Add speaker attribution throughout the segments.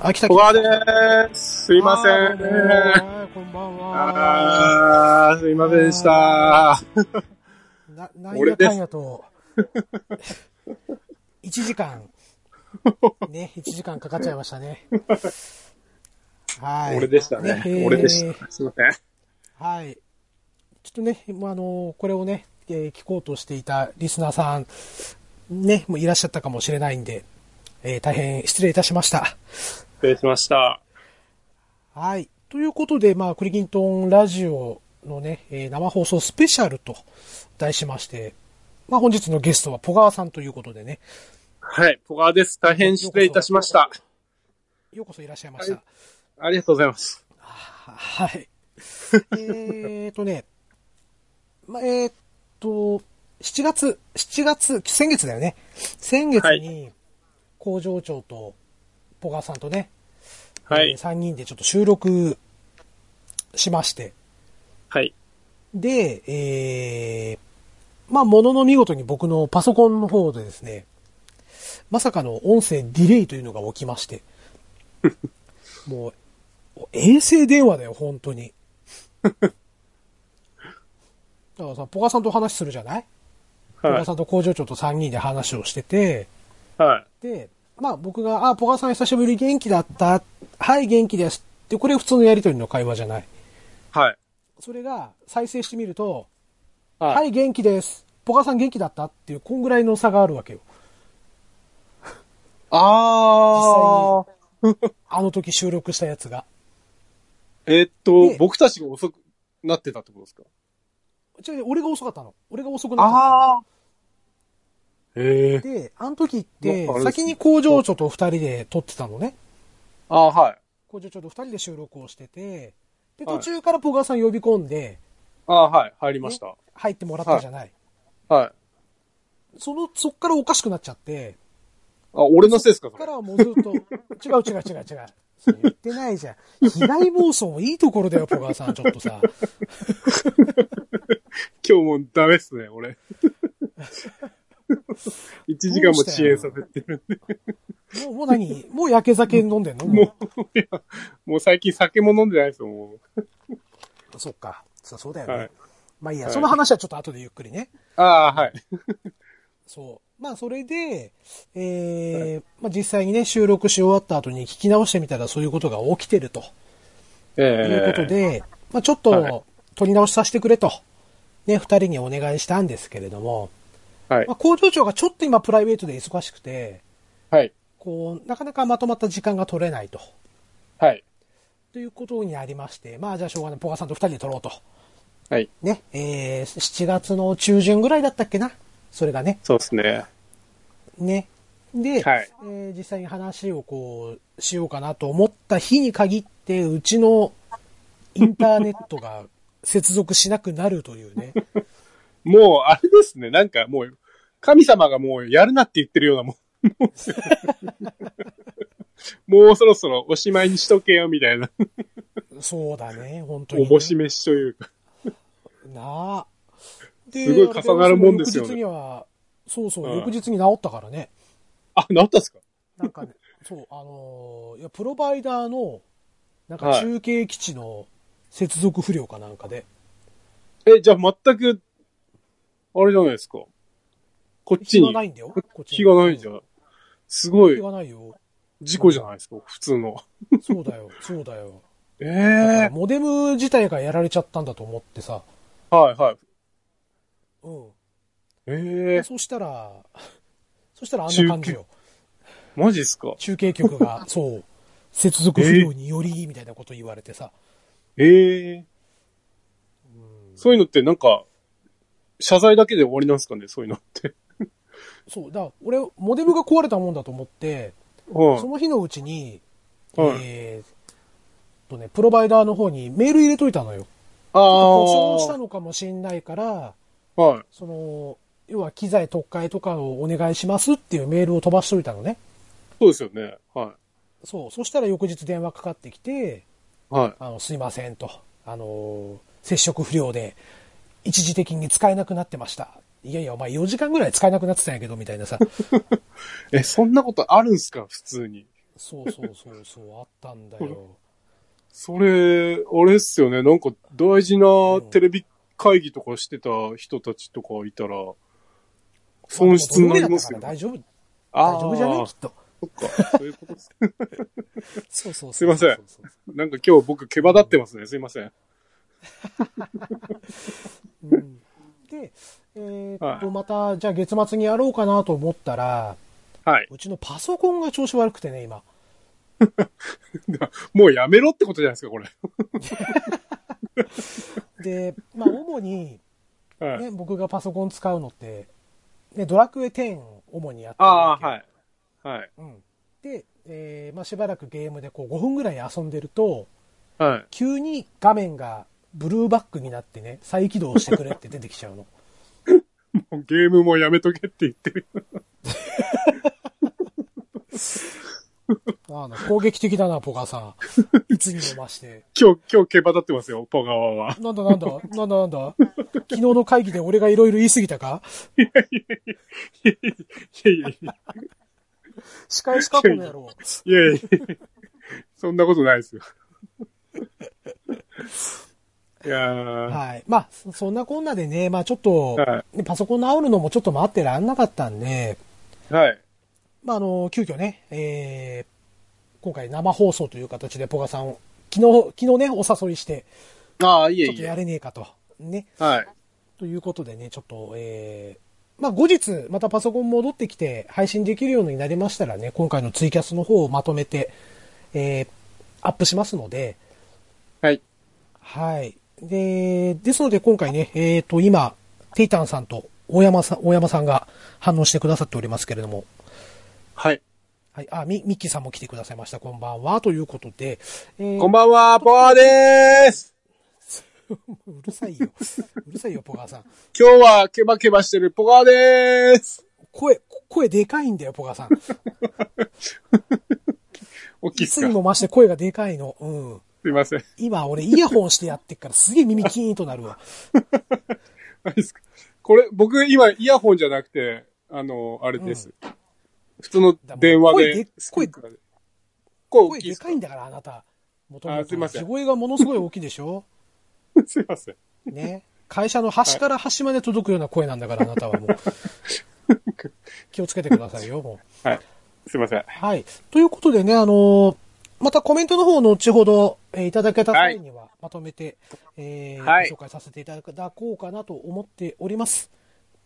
Speaker 1: 秋田
Speaker 2: 小川です。すいませ
Speaker 1: あ
Speaker 2: ん。
Speaker 1: ーこんばんは。
Speaker 2: あー、すいませんでした。
Speaker 1: な、なん
Speaker 2: 俺
Speaker 1: や
Speaker 2: です
Speaker 1: かんやと、1時間、ね、1時間かかっちゃいましたね。はい。
Speaker 2: 俺でしたね。
Speaker 1: えー
Speaker 2: 俺でした。すいません。
Speaker 1: はい。ちょっとね、まあ、あの、これをね、えー聞こうとしていたリスナーさん、ね、もういらっしゃったかもしれないんで、えー大変失礼いたしました。
Speaker 2: 失礼しました。
Speaker 1: はい。ということで、まあ、クリキントンラジオのね、えー生放送スペシャルと題しまして、まあ、本日のゲストはポガワさんということでね、
Speaker 2: はい、小川です。大変失礼いたしました。
Speaker 1: ようこそいらっしゃいました。
Speaker 2: ありがとうございます。
Speaker 1: はい。えっとね、まあ、えーっと、7月、7月、先月だよね。先月に、工場長と、ポガーさんとね、
Speaker 2: は
Speaker 1: えー
Speaker 2: い、
Speaker 1: 3人でちょっと収録しまして、
Speaker 2: はい、
Speaker 1: で、えー、まあ、ものの見事に僕のパソコンの方でですね、まさかの音声ディレイというのが起きまして、もう、衛星電話だよ、本当に。だからさ、ポカさんと話するじゃない、ポ
Speaker 2: は
Speaker 1: カ
Speaker 2: い、
Speaker 1: さんと工場長と3人で話をしてて、
Speaker 2: はい、
Speaker 1: で、まあ僕が、あ、ポカさん久しぶり元気だった。はい、元気です。で、これ普通のやりとりの会話じゃない。
Speaker 2: はい、
Speaker 1: それが再生してみると、
Speaker 2: はい
Speaker 1: はい、元気です。ポカさん元気だったっていう、こんぐらいの差があるわけよ。
Speaker 2: あー。
Speaker 1: あの時収録したやつが。
Speaker 2: えーっと
Speaker 1: で、
Speaker 2: 僕たちが遅くなってたってことですか
Speaker 1: 違う、俺が遅かったの。俺が遅くなった
Speaker 2: あ。ええ。
Speaker 1: の。で、あの時って
Speaker 2: もうあ、れです
Speaker 1: 先に工場長と二人で撮ってたのね。
Speaker 2: あー、はい。
Speaker 1: 工場長と二人で収録をしてて、で、
Speaker 2: はい
Speaker 1: 途中からポカさん呼び込んで、
Speaker 2: あー、はい、入りました。
Speaker 1: 入ってもらったじゃない。
Speaker 2: はい。あ、
Speaker 1: その、そっからおかしくなっちゃって、
Speaker 2: 俺のせいです
Speaker 1: そ
Speaker 2: か
Speaker 1: っ
Speaker 2: そ
Speaker 1: か
Speaker 2: れ
Speaker 1: らはもうずっと、違 う違う違う違う。そう言ってないじゃん。被害妄想もいいところだよ、ポカさん、ちょっとさ。
Speaker 2: 今日もうダメっす ね、俺。1時間も遅延させてる。
Speaker 1: もう、もう何もう焼け酒飲んでんの
Speaker 2: もう、いや、もう最近酒も飲んでないですよ、も
Speaker 1: そっか。そそうだよ
Speaker 2: う。
Speaker 1: ね。
Speaker 2: はい。
Speaker 1: まあいいや、
Speaker 2: はい
Speaker 1: その話はちょっと後でゆっくりね。
Speaker 2: ああ、はい。
Speaker 1: そう。まあそれで、えーまあ実際にね、収録し終わった後に聞き直してみたらそういうことが起きてると
Speaker 2: え
Speaker 1: い
Speaker 2: え
Speaker 1: うことで、まあちょっ
Speaker 2: はい
Speaker 1: と取り直しさせてくれと、ね、二人にお願いしたんですけれども、
Speaker 2: はい
Speaker 1: まあ、。工場長がちょっと今プライベートで忙しくて、
Speaker 2: はい。
Speaker 1: こう、なかなかまとまった時間が取れないと。
Speaker 2: はい。
Speaker 1: ということになりまして、まあじゃあしょうがない、ポカさんと二人で撮ろうと。
Speaker 2: はい。
Speaker 1: ね、えー、7月の中旬ぐらいだったっけなそれがね。
Speaker 2: そうですね。
Speaker 1: ね。で、
Speaker 2: はい
Speaker 1: えー実際に話をこう、しようかなと思った日に限って、うちのインターネット が接続しなくなるというね。
Speaker 2: もう、あれですね。なんかもう、神様がもうやるなって言ってるようなもん。 もうそろそろおしまいにしとけよ、みたいな。
Speaker 1: そうだね、本当に、
Speaker 2: お
Speaker 1: ね。
Speaker 2: ぼし飯というか。
Speaker 1: なあ。です
Speaker 2: ごい重なるもんですよ
Speaker 1: 翌日
Speaker 2: ね
Speaker 1: には、そうそうう、
Speaker 2: ん
Speaker 1: 翌日に治ったからね。
Speaker 2: あ、治ったっすか
Speaker 1: なんかね、そう、あのーいや、プロバイダーの、なん
Speaker 2: は
Speaker 1: か
Speaker 2: い
Speaker 1: 中継基地の接続不良かなんかで、
Speaker 2: え、じゃあ全く、あれじゃないですか。こっち
Speaker 1: 気が
Speaker 2: に
Speaker 1: な。いんだよ。こっちに
Speaker 2: 気がないじゃん。すご
Speaker 1: 気
Speaker 2: い
Speaker 1: がないよ。
Speaker 2: 事故じゃないですか、普通の。
Speaker 1: そうだよ、そうだよ。
Speaker 2: ええ
Speaker 1: だからモデム自体がやられちゃったんだと思ってさ。
Speaker 2: はいはい。
Speaker 1: うん。
Speaker 2: ええ
Speaker 1: そしたら、 そしたらあんな感じよ。
Speaker 2: マジっすか。
Speaker 1: 中継局 が、そう、接続不良により、みたいなこと言われてさ。
Speaker 2: ええ
Speaker 1: うん
Speaker 2: そういうのってなんか、謝罪だけで終わりなんすかね、そういうのって。
Speaker 1: そう、だから俺、モデムが壊れたもんだと思って、そ
Speaker 2: は
Speaker 1: の日のうちに、
Speaker 2: い。はい。
Speaker 1: えーっとね、プロバイダーの方にメール入れといたのよ。
Speaker 2: あ
Speaker 1: 故障した
Speaker 2: あ。
Speaker 1: のかもしんないから、
Speaker 2: はい。
Speaker 1: その、要は機材特会とかをお願いしますっていうメールを飛ばしといたのね。
Speaker 2: そうですよね。は
Speaker 1: そう。そしたら翌日電話かかってきて、
Speaker 2: い。はい。
Speaker 1: あの、すいませんと。あの、接触不良で一時的に使えなくなってました。いやいや、お前4時間ぐらい使えなくなってたんやけど、みたいなさ。
Speaker 2: え、そんなことあるんすか、普通に。
Speaker 1: そうそうそうそう、あったんだよ。
Speaker 2: それ、あれっすよね。なんか大事なテレビ会議とかしてた人たちとかいたら、損失になりますよ
Speaker 1: まあ
Speaker 2: ね。
Speaker 1: でも泥棒だったから
Speaker 2: あ
Speaker 1: 大丈夫、大丈夫じゃない
Speaker 2: あ
Speaker 1: きっと。
Speaker 2: ーそっか。そういうことっすね
Speaker 1: そうそうそう
Speaker 2: すいません
Speaker 1: そうそう
Speaker 2: なんか今日僕、毛羽立ってますね。すいません。
Speaker 1: そううんで、えーっと、
Speaker 2: は
Speaker 1: また、じゃあ月末にやろうかなと思ったら、
Speaker 2: はい。
Speaker 1: うちのパソコンが調子悪くてね、今。
Speaker 2: もうやめろってことじゃないですか、これ。
Speaker 1: で、まあ、主に、
Speaker 2: はい。
Speaker 1: ね、僕がパソコン使うのって、ね、ドラクエ10を主にやってる
Speaker 2: あ
Speaker 1: わ
Speaker 2: あー、
Speaker 1: け
Speaker 2: はい。はい。
Speaker 1: うん、で、えーまあ、しばらくゲームでこう5分ぐらい遊んでると、
Speaker 2: はい。
Speaker 1: 急に画面がブルーバックになってね、再起動してくれって出てきちゃうの。
Speaker 2: もうゲームもやめとけって言ってる。
Speaker 1: あの攻撃的だな、ポカさ ん。いつにも増して。
Speaker 2: 今日、今日、毛羽立ってますよ、ポガワは。
Speaker 1: なんだなんだ、なんだなんだ。昨日の会議で俺がいろいろ言い過ぎたか
Speaker 2: いやいやいやいや
Speaker 1: 仕返しかこの野郎。
Speaker 2: いやいやいやそんなことないですよ。いやー。
Speaker 1: はい。まあ、そそんなこんなでね、まあちょっと、
Speaker 2: は
Speaker 1: ねパソコン直るのもちょっと待ってらんなかったんで、
Speaker 2: はい。
Speaker 1: まあ、あの、急遽ね、えー、今回生放送という形でポガさんを、昨日、昨日ね、お誘いして、
Speaker 2: ああ、いえ
Speaker 1: ちょっ
Speaker 2: い
Speaker 1: と
Speaker 2: え
Speaker 1: や。れねえかと。ね。
Speaker 2: はい。
Speaker 1: ということでね、ちょっと、えー、まあ、後日、またパソコン戻ってきて、配信できるようになりましたらね、今回のツイキャスの方をまとめて、えー、アップしますので、
Speaker 2: はい。
Speaker 1: はい。で、ですので今回ね、えっ、と、今、テイタンさんと大山さん、大山さんが反応してくださっておりますけれども、
Speaker 2: はい。
Speaker 1: はい。あ、ミミッキーさんも来てくださいました。こんばんは。ということで。えー
Speaker 2: こんばんは、ポアでーす。
Speaker 1: うるさいよ。 うるさいよ、ポガーさん。
Speaker 2: 今日は、ケバケバしてるポガでーす。
Speaker 1: 声、声でかいんだよ、ポガーさん。
Speaker 2: 大きい
Speaker 1: い
Speaker 2: っ
Speaker 1: つ
Speaker 2: す
Speaker 1: に
Speaker 2: か
Speaker 1: も増して声がでかいの。うん。
Speaker 2: すいません。
Speaker 1: 今、俺、イヤホンしてやってっから、すげえ耳キーンとなるわ。
Speaker 2: 何ですかこれ、僕今、イヤホンじゃなくて、あの、あれです。普通の電話
Speaker 1: だからもう声
Speaker 2: で
Speaker 1: で。
Speaker 2: スピーカーで声大
Speaker 1: 声
Speaker 2: きいで
Speaker 1: ですか
Speaker 2: か
Speaker 1: いんだから、あなた。もとも
Speaker 2: あすい
Speaker 1: と、
Speaker 2: ません
Speaker 1: 地声がものすごい大きいでしょ
Speaker 2: すいません。
Speaker 1: ね。会社の端から端まで届くような声なんだから、あなたはも う。気をつけてくださいよ、もう。
Speaker 2: はい。すいません。
Speaker 1: はい。ということでね、あのーまたコメントの方を後ほど、えーいただけた際にはまとめて、えー
Speaker 2: はい
Speaker 1: ご紹介させていただこうかなと思っております。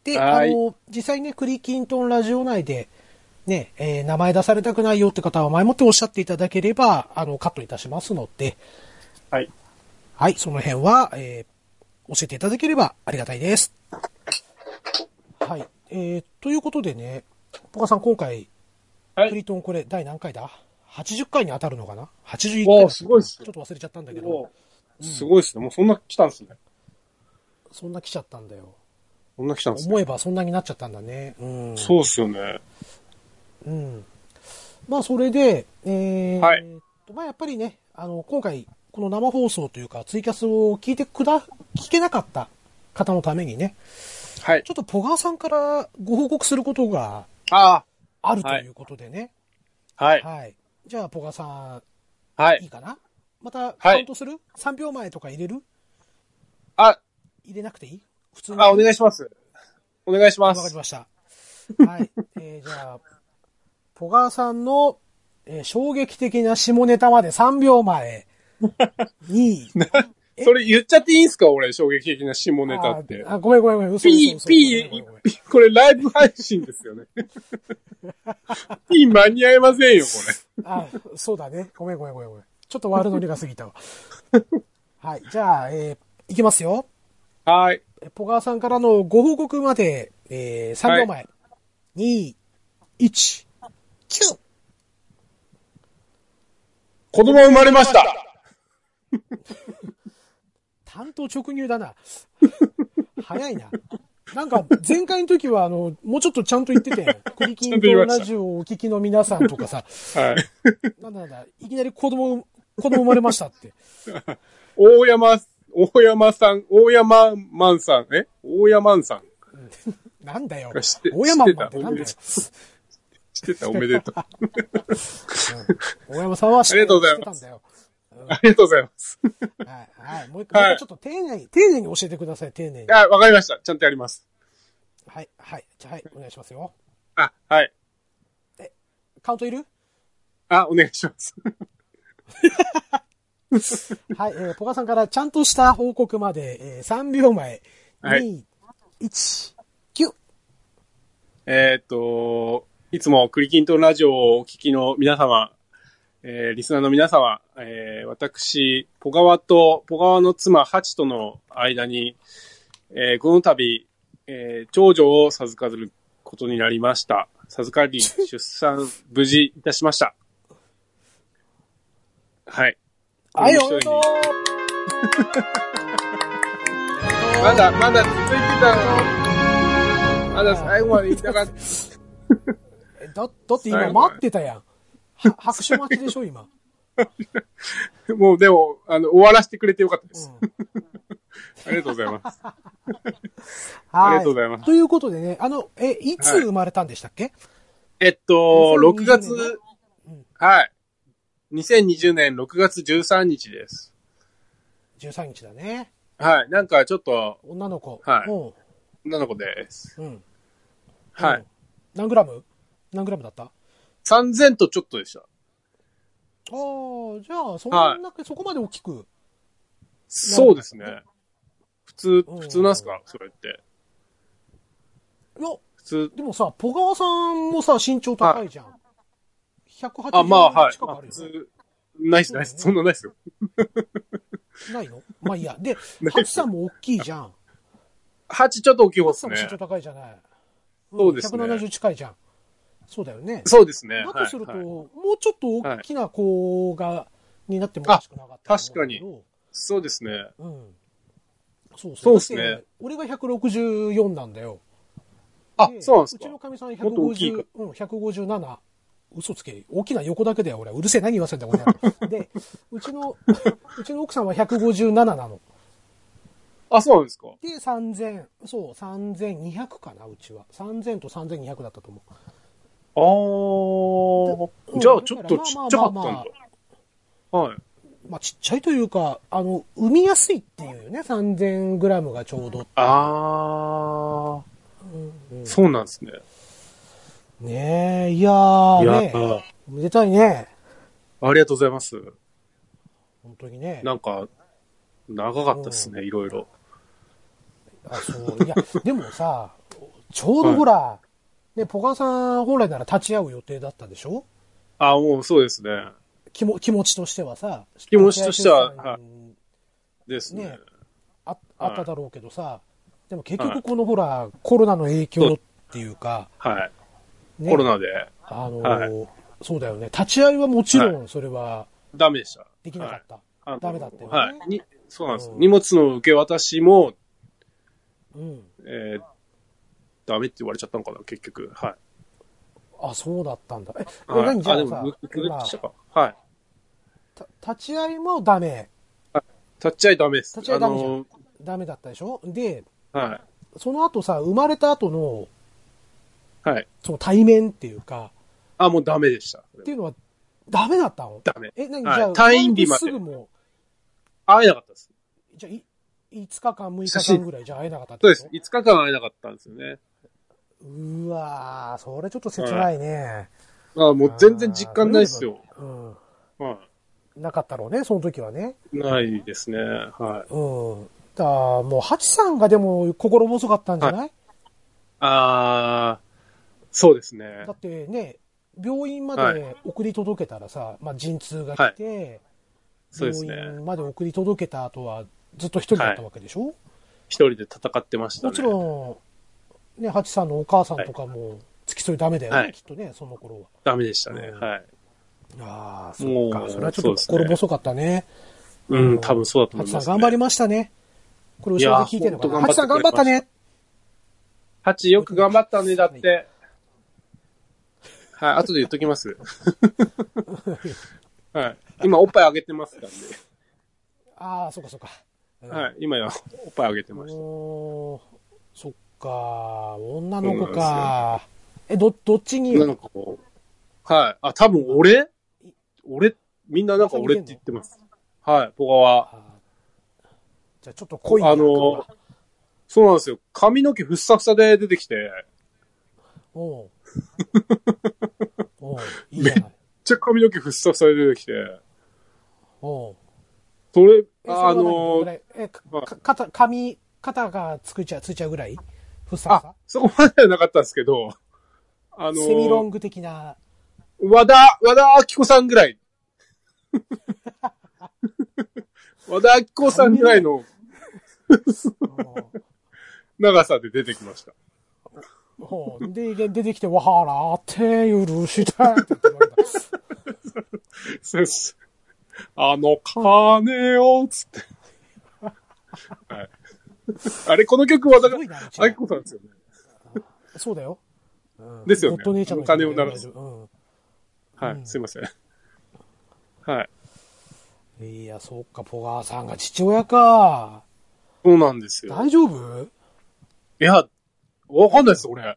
Speaker 1: で、あの
Speaker 2: はい
Speaker 1: ー実際ね、クリキントンラジオ内で、ね、えー名前出されたくないよって方は前もっておっしゃっていただければ、あの、カットいたしますので、
Speaker 2: はい。
Speaker 1: はい、その辺は、えー教えていただければありがたいです。はい。えーということでね、ポカさん今回、
Speaker 2: はい
Speaker 1: クリトンこれ第何回だ ?80 回に当たるのかな ?81 回
Speaker 2: わ
Speaker 1: だったか
Speaker 2: あ
Speaker 1: な。
Speaker 2: すごいっす
Speaker 1: ちょっと忘れちゃったんだけど
Speaker 2: お、すごいっすね。もうそんな来たんすね。
Speaker 1: そんな来ちゃったんだよ。
Speaker 2: そんな来たんすね。
Speaker 1: 思えばそんなになっちゃったんだね。うん。
Speaker 2: そうっすよね。
Speaker 1: うん。まあ、それで、えー、
Speaker 2: はい
Speaker 1: まあ、やっぱりね、あの、今回、この生放送というか、ツイキャスを聞いてくだ、聞けなかった方のためにね、
Speaker 2: はい
Speaker 1: ち。ょっとポガーさんからご報告することが
Speaker 2: あ
Speaker 1: あるということでね。
Speaker 2: あ。はい。
Speaker 1: はい。じゃあ、ポガーさ
Speaker 2: は
Speaker 1: ん、いい
Speaker 2: い。
Speaker 1: かなまた、カウントする、?3 秒前とか入れる
Speaker 2: あ、
Speaker 1: 入れなくていい普通に。
Speaker 2: あ、お願いします。お願いしま
Speaker 1: わかり
Speaker 2: す。
Speaker 1: ました。はい。えーじゃあ、ポガーさんの、えー衝撃的な下ネタまで3秒前に、え
Speaker 2: それ言っちゃっていいんすか俺、衝撃的な下ネタって。
Speaker 1: ああ、ごめんごめんごめん。嘘
Speaker 2: ピ
Speaker 1: 嘘
Speaker 2: ー、
Speaker 1: 嘘ごめん
Speaker 2: ピ
Speaker 1: ごめんごめん
Speaker 2: ー、これライブ配信ですよね。ピー間に合いませんよ、こ
Speaker 1: あ、そうだね。ごめんごめんごめんごめん。ちょっと悪ノリが過ぎたわ。はい。じゃあ、えーいきますよ。
Speaker 2: れ。はい。
Speaker 1: えポガーさんからのご報告まで、えー3秒前。2、1、9!
Speaker 2: 子供生まれました。
Speaker 1: 担当直入だな。早いな。なんか、前回の時は、あの、もうちょっとちゃんと言ってた よ。クリキントンラジオをお聞きの皆さんとかさ、
Speaker 2: はい。
Speaker 1: なんだなんだ、いきなり子供、子供生まれましたって。
Speaker 2: 大山、大山さん、大山マンさん、え大山マンさん
Speaker 1: なんだよ
Speaker 2: 知って。
Speaker 1: 大山マンってなんだよ。
Speaker 2: 知っしてた、おめでとう。 あ
Speaker 1: うん大山さんは知って
Speaker 2: ありがとうございます
Speaker 1: 知ってたんだよ。
Speaker 2: りがとうございます。
Speaker 1: はい、はい。もう一回、
Speaker 2: はい
Speaker 1: もうちょっと丁寧に、丁寧に教えてください、丁寧に。
Speaker 2: あ、わかりました。ちゃんとやります。
Speaker 1: はい、はい。じゃあ、はい、お願いしますよ。
Speaker 2: あ、はい。
Speaker 1: カウントいる
Speaker 2: あ、お願いします。
Speaker 1: はい、えー、ポカさんからちゃんとした報告まで、えー、3秒前。
Speaker 2: はい
Speaker 1: 2、1、9。
Speaker 2: えーっと、いつもクリキントンラジオをお聞きの皆様、えーリスナーの皆様、えー私、ポガワと、ポガワの妻、ハチとの間に、えーこの度、えー長女を授かることになりました。授かり、出産、無事いたしました。はい。
Speaker 1: はい、
Speaker 2: こ
Speaker 1: お
Speaker 2: の
Speaker 1: め
Speaker 2: 一
Speaker 1: で
Speaker 2: 人
Speaker 1: とう
Speaker 2: にまだ、まだ続いてたのまだ最後まで行きたかった。
Speaker 1: えだ、だって
Speaker 2: 最
Speaker 1: 今
Speaker 2: 後まで
Speaker 1: 待ってたやん。は 拍手待ちでしょ、今。
Speaker 2: もうでも、あの、終わらせてくれてよかったで
Speaker 1: う
Speaker 2: す。
Speaker 1: ん
Speaker 2: ありがとうござい ます。
Speaker 1: はい
Speaker 2: ありがとうございます
Speaker 1: ということでね、あの、え、いつ生まれたんでしたっけ、
Speaker 2: えっと、
Speaker 1: 2020
Speaker 2: 6月
Speaker 1: うん、
Speaker 2: はい。2020年6月13日です。
Speaker 1: ?13 日だね。
Speaker 2: はい。なんかちょっと、
Speaker 1: 女の子。
Speaker 2: はい
Speaker 1: い。
Speaker 2: 女の子です。
Speaker 1: うん。うん。
Speaker 2: は
Speaker 1: う
Speaker 2: い
Speaker 1: ん。。何グラム何グラムだった
Speaker 2: 3000とちょっとでした。
Speaker 1: ああ、じゃあ、そん
Speaker 2: はい
Speaker 1: な、そこまで大きく。
Speaker 2: そうですね。普通、
Speaker 1: うん
Speaker 2: 普通なんすかそれって。
Speaker 1: いや、
Speaker 2: 普通、
Speaker 1: でもさ、ポガワさんもさ、身長高いじゃん。
Speaker 2: あ、まあ、
Speaker 1: 180
Speaker 2: はい。
Speaker 1: 近く
Speaker 2: あ
Speaker 1: ある
Speaker 2: 普
Speaker 1: よね、
Speaker 2: 通、ないです、ないです。そんなないですよ。
Speaker 1: ないのまあいいや。で、
Speaker 2: ない
Speaker 1: ハチさんも大きいじゃん。
Speaker 2: 8ちょっと大きい方
Speaker 1: ハ
Speaker 2: で
Speaker 1: チ
Speaker 2: す
Speaker 1: さん
Speaker 2: ね
Speaker 1: も。身長高いじゃない。ん
Speaker 2: そうですね
Speaker 1: 170近いじゃん。そうだよね。
Speaker 2: そうですね。
Speaker 1: だ
Speaker 2: は
Speaker 1: と
Speaker 2: い
Speaker 1: すると、
Speaker 2: はい
Speaker 1: もうちょっと大きな子が、になってもおかしくなかったと思うんだけど。
Speaker 2: そうですね。
Speaker 1: うん。そう
Speaker 2: そ
Speaker 1: そうう。
Speaker 2: っすね
Speaker 1: だって俺が164なんだよ。
Speaker 2: あ、そうなんです
Speaker 1: う
Speaker 2: か
Speaker 1: ちのかみさん
Speaker 2: もっと大きいか
Speaker 1: 150、うん、157。嘘つけ。大きな横だけだよ、俺は。うるせえ、何言わせんだよ、 俺で、うちの、 うちの奥さんは157なの。
Speaker 2: あ、そうなんですか
Speaker 1: で、3000、そう、3200かな、うちは。3000と3200だったと思う。
Speaker 2: あー
Speaker 1: うん
Speaker 2: じゃあちょっとちっちゃかったん
Speaker 1: まあまあまあま
Speaker 2: だ。はい。
Speaker 1: まあ、ちっちゃいというか、あの、産みやすいっていうよね、3000グラムがちょうど。う
Speaker 2: あ
Speaker 1: ん
Speaker 2: ー、そうなんですね。
Speaker 1: ねえ、いやー、
Speaker 2: いや
Speaker 1: ね
Speaker 2: ー、
Speaker 1: えめでたいね。
Speaker 2: ありがとうございます。
Speaker 1: 本当にね。
Speaker 2: なんか、長かったですね、いろいろ。
Speaker 1: あ、そう。いや、でもさ、ちょうどほら、ね、ポカさん本来なら立ち会う予定だったでしょ
Speaker 2: あもうそうですね。
Speaker 1: 気も気持ちとしてはさ。
Speaker 2: 気持ちとしては
Speaker 1: 立会う予定
Speaker 2: ですね。
Speaker 1: ねああっただろうけどさ、でも結
Speaker 2: はい
Speaker 1: 局このほら、コロナの影響っていうか、
Speaker 2: はい。
Speaker 1: ね、
Speaker 2: コロナで、
Speaker 1: あの
Speaker 2: は
Speaker 1: ーそうだよね。立ち会いはもちろんそれは
Speaker 2: ダメでした。
Speaker 1: できなかった。
Speaker 2: あの
Speaker 1: ダメだったよね
Speaker 2: はい。に、そうなんです。
Speaker 1: うん
Speaker 2: 荷物の受け渡しも、
Speaker 1: うん。
Speaker 2: えー、ダメって言われちゃったのかな、結局。はい。
Speaker 1: あ、そうだったんだ。え、え
Speaker 2: はい、
Speaker 1: 何じゃ
Speaker 2: あ、
Speaker 1: あ
Speaker 2: で
Speaker 1: さ
Speaker 2: も、受、け
Speaker 1: 今
Speaker 2: 渡、したか。はい。
Speaker 1: た立ち会いもダメ。
Speaker 2: 立っちゃいダメです。
Speaker 1: 立ち会いダメじゃん
Speaker 2: あの
Speaker 1: ダメだったでしょで、
Speaker 2: ーはい。
Speaker 1: その後さ、生まれた後の、
Speaker 2: はい。
Speaker 1: その対面っていうか、
Speaker 2: あ、もうダメでした。
Speaker 1: っていうのは、ダメだったの
Speaker 2: ダメ。
Speaker 1: え、何、
Speaker 2: はい
Speaker 1: じゃあ、
Speaker 2: 退院日まで
Speaker 1: 生まれてすぐも
Speaker 2: 会えなかったです。
Speaker 1: う、じゃあ、い5日間、6日間ぐらいじゃあ会えなかったって
Speaker 2: そう
Speaker 1: こと
Speaker 2: です。5日間会えなかったんですよね。
Speaker 1: うわー、それちょっと切ないね。
Speaker 2: あもう全然実感ないですよ。
Speaker 1: うん。
Speaker 2: は
Speaker 1: なかったろうね、その時はね。
Speaker 2: い。ないですね。はい。
Speaker 1: うん。だからもう、ハチさんがでも心細かったんじゃない、
Speaker 2: あー、そうですね
Speaker 1: だ。ってね、病院ま
Speaker 2: は
Speaker 1: で送り届けたらさ、まあ、陣痛が来て、
Speaker 2: そうですね。
Speaker 1: 病院まで送り届けた後は、ずっと一人だったわけでしょ、
Speaker 2: 一人で戦ってましたね。
Speaker 1: もちろん、ね、ハチさんのお母さんとかも、付き添いダメだよね、
Speaker 2: はい
Speaker 1: きっとね、その頃は。
Speaker 2: ダメでしたね。
Speaker 1: うん
Speaker 2: はい。
Speaker 1: ああ、
Speaker 2: も
Speaker 1: そうっか。それはちょっと心細かったね。
Speaker 2: うん、多分そうだと
Speaker 1: ハ
Speaker 2: 思い
Speaker 1: チ
Speaker 2: ま
Speaker 1: さん
Speaker 2: す、ね。
Speaker 1: 頑張りましたね。これ後ろで聞いてるのか
Speaker 2: いや
Speaker 1: な。ハチさん頑張ったね。
Speaker 2: ハチよく頑張ったね、だって。 はい、後で言っと きます。はい。今、おっぱいあげてますからね。
Speaker 1: ああ、そうかそうか。うん
Speaker 2: はい、今や、おっぱいあげてました。
Speaker 1: もう、そっか、女の子か。え、ど、どっちに
Speaker 2: なんかこう、はい。あ、多分俺俺、みんななんか俺って言ってます。はい、ポガワ。
Speaker 1: あじゃあちょっと濃いな
Speaker 2: あのー、そうなんですよ。髪の毛ふっさふさで出てきて、めっ
Speaker 1: お うおういいじゃない。
Speaker 2: ちゃ髪の毛ふっさふさで出てきて、
Speaker 1: おう
Speaker 2: それ、
Speaker 1: えそ
Speaker 2: あ
Speaker 1: れは何ど
Speaker 2: の
Speaker 1: れぐらいえ、か
Speaker 2: はい
Speaker 1: か肩、髪、肩がつくちゃう、ついちゃうぐらいふさふ
Speaker 2: あ
Speaker 1: さ、
Speaker 2: そこまではなかったんですけど、あの
Speaker 1: セミロ
Speaker 2: ー
Speaker 1: ン、グ的な、
Speaker 2: 和田、和田明子さん ぐらい。和田明子さんぐらいの
Speaker 1: お
Speaker 2: 長さで出てきました。
Speaker 1: うおうで、で出てきて、わはらって許したいって言ってるわけだ
Speaker 2: そうです。あの金を、つって。はい、あれ、この曲はだ
Speaker 1: す
Speaker 2: か
Speaker 1: ご
Speaker 2: ら、
Speaker 1: いな、うち
Speaker 2: あいこさんですよね。
Speaker 1: そうだよ。うん
Speaker 2: ですよね
Speaker 1: ゴッドネイチャーの
Speaker 2: お金を鳴らす
Speaker 1: うん
Speaker 2: はい、
Speaker 1: うん
Speaker 2: すいません。はい。
Speaker 1: いや、そっか、ポガーさんが父親か。
Speaker 2: そうなんですよ。
Speaker 1: 大丈夫
Speaker 2: いや、わかんないで す、俺。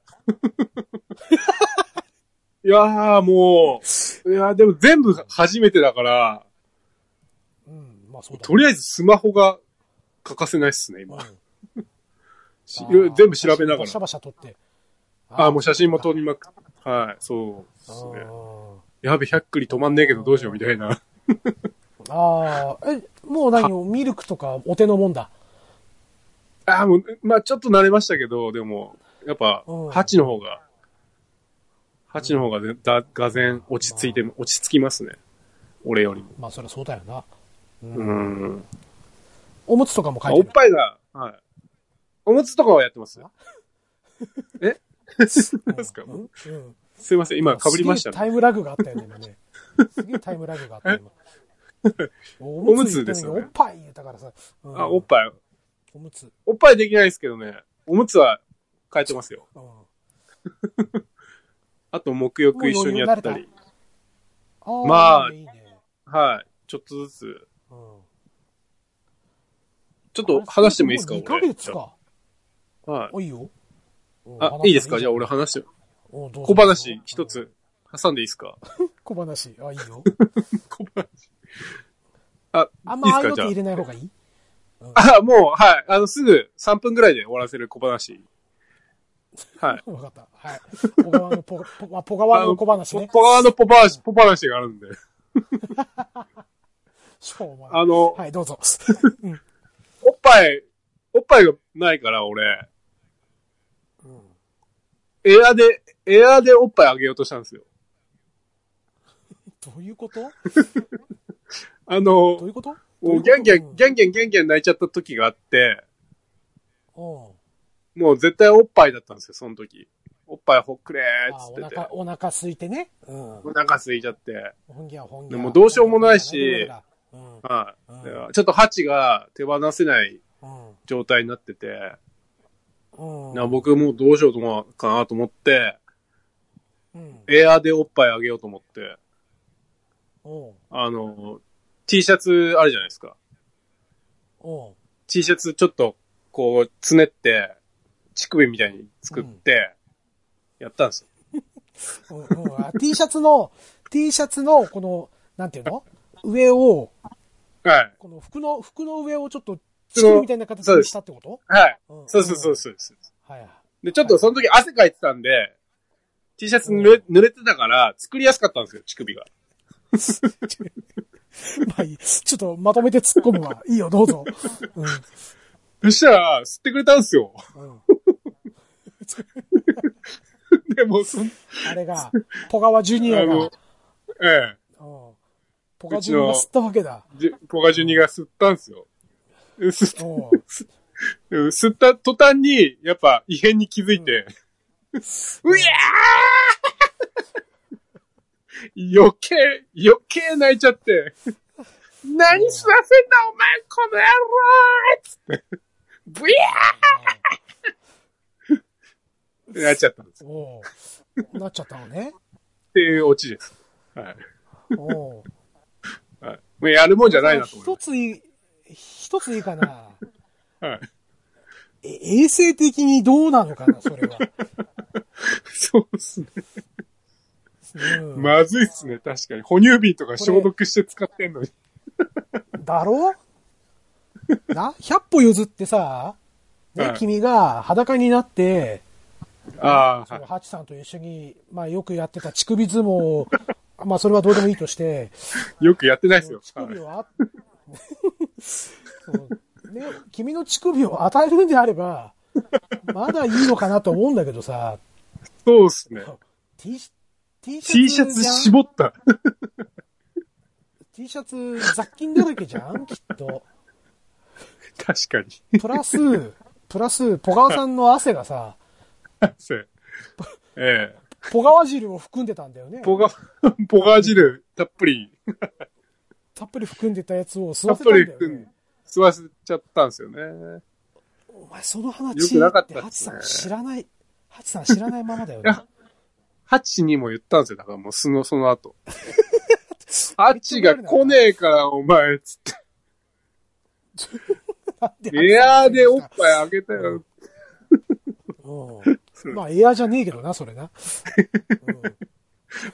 Speaker 2: いやー、もう、いやーでも全部初めてだから、
Speaker 1: うん、まあそうだね。
Speaker 2: とりあえずスマホが欠かせないっすね、今。しいろ全部調べなが
Speaker 1: シャ
Speaker 2: ら。
Speaker 1: バシャ撮って。
Speaker 2: ああ、もう写真も撮
Speaker 1: る
Speaker 2: りまくはい、そうですね。
Speaker 1: あ
Speaker 2: やべ、100クリ止まんねえけどどうしようみたいな。
Speaker 1: あー、え、もう何ミルクとかお手のもんだ。
Speaker 2: ああ、もう、まあちょっと慣れましたけど、でも、やっぱ、
Speaker 1: うん
Speaker 2: 8の方が、8の方がね、だ、がぜん落ち着いて、落ち着きますね。俺よりも。
Speaker 1: まあそりゃそうだよな。
Speaker 2: うん。
Speaker 1: おむつとかも書
Speaker 2: あ
Speaker 1: い
Speaker 2: おって
Speaker 1: る。
Speaker 2: ぱいが、はい。おむつとかはやっ てますえ 何ですか
Speaker 1: うんうん
Speaker 2: すいません、今被りました
Speaker 1: すげえタ
Speaker 2: ね。
Speaker 1: イムラグがあったよね、今ね。すげえタイムラグがあったよ、今。お言ったのに
Speaker 2: おむつですよね
Speaker 1: おっぱい言ったからさ。うん
Speaker 2: あ、おっぱい。
Speaker 1: おむつ。
Speaker 2: おっぱいできないですけどね。おむつは変えてますよ。
Speaker 1: うん
Speaker 2: あと、沐浴一緒にやったり。
Speaker 1: あー
Speaker 2: まあ
Speaker 1: いいね。
Speaker 2: はい。ちょっとずつ。
Speaker 1: うん
Speaker 2: ちょっと話してもいいですか
Speaker 1: もう
Speaker 2: 俺。
Speaker 1: 2ヶ月か。
Speaker 2: はい。
Speaker 1: おいいよ。
Speaker 2: あ、いいですかじゃあ俺話して。小
Speaker 1: 小
Speaker 2: 話一。つ挟んでいいで すか
Speaker 1: 小話。あ、いいよ。
Speaker 2: 小話。あ、
Speaker 1: あん
Speaker 2: いい
Speaker 1: ま
Speaker 2: っ
Speaker 1: ああい
Speaker 2: すか
Speaker 1: うのって
Speaker 2: じゃあ
Speaker 1: 入れない方がいい
Speaker 2: あ、もう、はい。あの、すぐ3分ぐらいで終わらせる小話。はい。
Speaker 1: わかった。はい。小川のポ、ポまあ、ポ川 の小話ね。
Speaker 2: ポガのポパーシ、ポパ話があるんで。
Speaker 1: しょうもない
Speaker 2: あの、
Speaker 1: はい、どう ぞ。
Speaker 2: おっぱい、おっぱいがないから、俺、
Speaker 1: うん
Speaker 2: エアで、エアでおっぱいあげようとしたんですよ。
Speaker 1: どういうこと
Speaker 2: あ
Speaker 1: どう
Speaker 2: の、
Speaker 1: いうこと
Speaker 2: もうギャンギャン、ギ
Speaker 1: ャン。
Speaker 2: ャンギャン、ギャンギャン泣いちゃった時があって、
Speaker 1: うん
Speaker 2: もう絶対おっぱいだったんですよ、その時。おっぱいほっくれーっ
Speaker 1: あ
Speaker 2: つ
Speaker 1: お
Speaker 2: ってて。
Speaker 1: 腹、お腹空いてね。うん。
Speaker 2: お腹空いちゃって。
Speaker 1: 本気は本気
Speaker 2: でもどうしようもないし
Speaker 1: うん。
Speaker 2: はい。
Speaker 1: うん
Speaker 2: だからちょっとハチが手放せない状態になってて、
Speaker 1: うん。
Speaker 2: な僕もうどうしようともかなと思って、
Speaker 1: うん。
Speaker 2: エアーでおっぱいあげようと思って、
Speaker 1: おう
Speaker 2: あの、T シャツあるじゃないですか。
Speaker 1: おう
Speaker 2: T シャツちょっと、こう、つねって、乳首みたいに作って、やったんですよ。
Speaker 1: うんうんあ T シャツの、T シャツの、この、なんていうの上を、
Speaker 2: はい。
Speaker 1: この服の、服の上をちょっと、
Speaker 2: 服
Speaker 1: チ
Speaker 2: の
Speaker 1: キンみたいな形にしたってこと
Speaker 2: はい。
Speaker 1: うん
Speaker 2: そうそうそうそうです。
Speaker 1: うん。はいはい。
Speaker 2: で、ちょっとその時汗かいてたんで、T シャツ濡れ濡れてたから、作りやすかったんですよ、乳首が。
Speaker 1: まあいい。ちょっとまとめて突っ込む わ。いいよ、どうぞ。うん。
Speaker 2: そしたら、吸ってくれたんですよ。
Speaker 1: うん。
Speaker 2: でも、そん
Speaker 1: あれが、ポガワジュニア
Speaker 2: あ
Speaker 1: が、う
Speaker 2: の
Speaker 1: ん、
Speaker 2: え
Speaker 1: ポガジュニアが吸ったわけだ。
Speaker 2: え、じポガジュニが吸ったんですよ。吸っ
Speaker 1: お
Speaker 2: うん吸った途端に、やっぱ異変に気づいて、 うやー余計、余計泣いちゃって、何吸わせんだお前この野郎つって、ブヤーってなっちゃったんです。
Speaker 1: おおうなっちゃったのね。
Speaker 2: っていうオチです。はい。
Speaker 1: おう
Speaker 2: はいもうやるもんじゃないなと思
Speaker 1: 一
Speaker 2: い
Speaker 1: ついい、一ついいかな。
Speaker 2: ます。はい。
Speaker 1: え衛生的にどうなのかな、それは。
Speaker 2: そうですね。
Speaker 1: うん
Speaker 2: まずいですね、確かに。哺乳瓶とか消毒して使ってんのに。
Speaker 1: だろな、100歩譲ってさ、ね、
Speaker 2: はい
Speaker 1: 君が裸になって、
Speaker 2: ああ、
Speaker 1: そ
Speaker 2: はい
Speaker 1: のハチさんと一緒に、まあよくやってた乳首相撲を、まあそれはどうでもいいとして、
Speaker 2: よくやってないですよ。
Speaker 1: 乳
Speaker 2: はい
Speaker 1: 首をあ、 そうね、君の乳首を与えるんであれば、まだいいのかなと思うんだけどさ、
Speaker 2: そうで すね。
Speaker 1: T, T シ
Speaker 2: T シ
Speaker 1: ャ
Speaker 2: ャ
Speaker 1: ツ
Speaker 2: ツ
Speaker 1: じゃん
Speaker 2: 絞った。
Speaker 1: T シャツ雑菌だらけじゃんきっと。
Speaker 2: 確かに。
Speaker 1: プラス、プラス、ポガワさんの汗がさ、
Speaker 2: そうええ。
Speaker 1: ポガワ汁を含んでたんだよね。
Speaker 2: ポガ、 ポガ汁たっぷり、
Speaker 1: たっぷり含んでたやつを吸わ
Speaker 2: たっ
Speaker 1: せたん
Speaker 2: ぷ
Speaker 1: だよ
Speaker 2: り含
Speaker 1: ね
Speaker 2: んで。、吸わせちゃったんですよね。
Speaker 1: お前その話
Speaker 2: よくなかったっすね
Speaker 1: ハチさん知らない、ハチさん知らないままだよね
Speaker 2: い。やハチにも言ったんですよ。だからもうその、そ の後。ハチが来ねえから、お前、つって。
Speaker 1: なんで
Speaker 2: エアーでおっぱいあげたよ。
Speaker 1: うんまあエアじゃねえけどな、それな。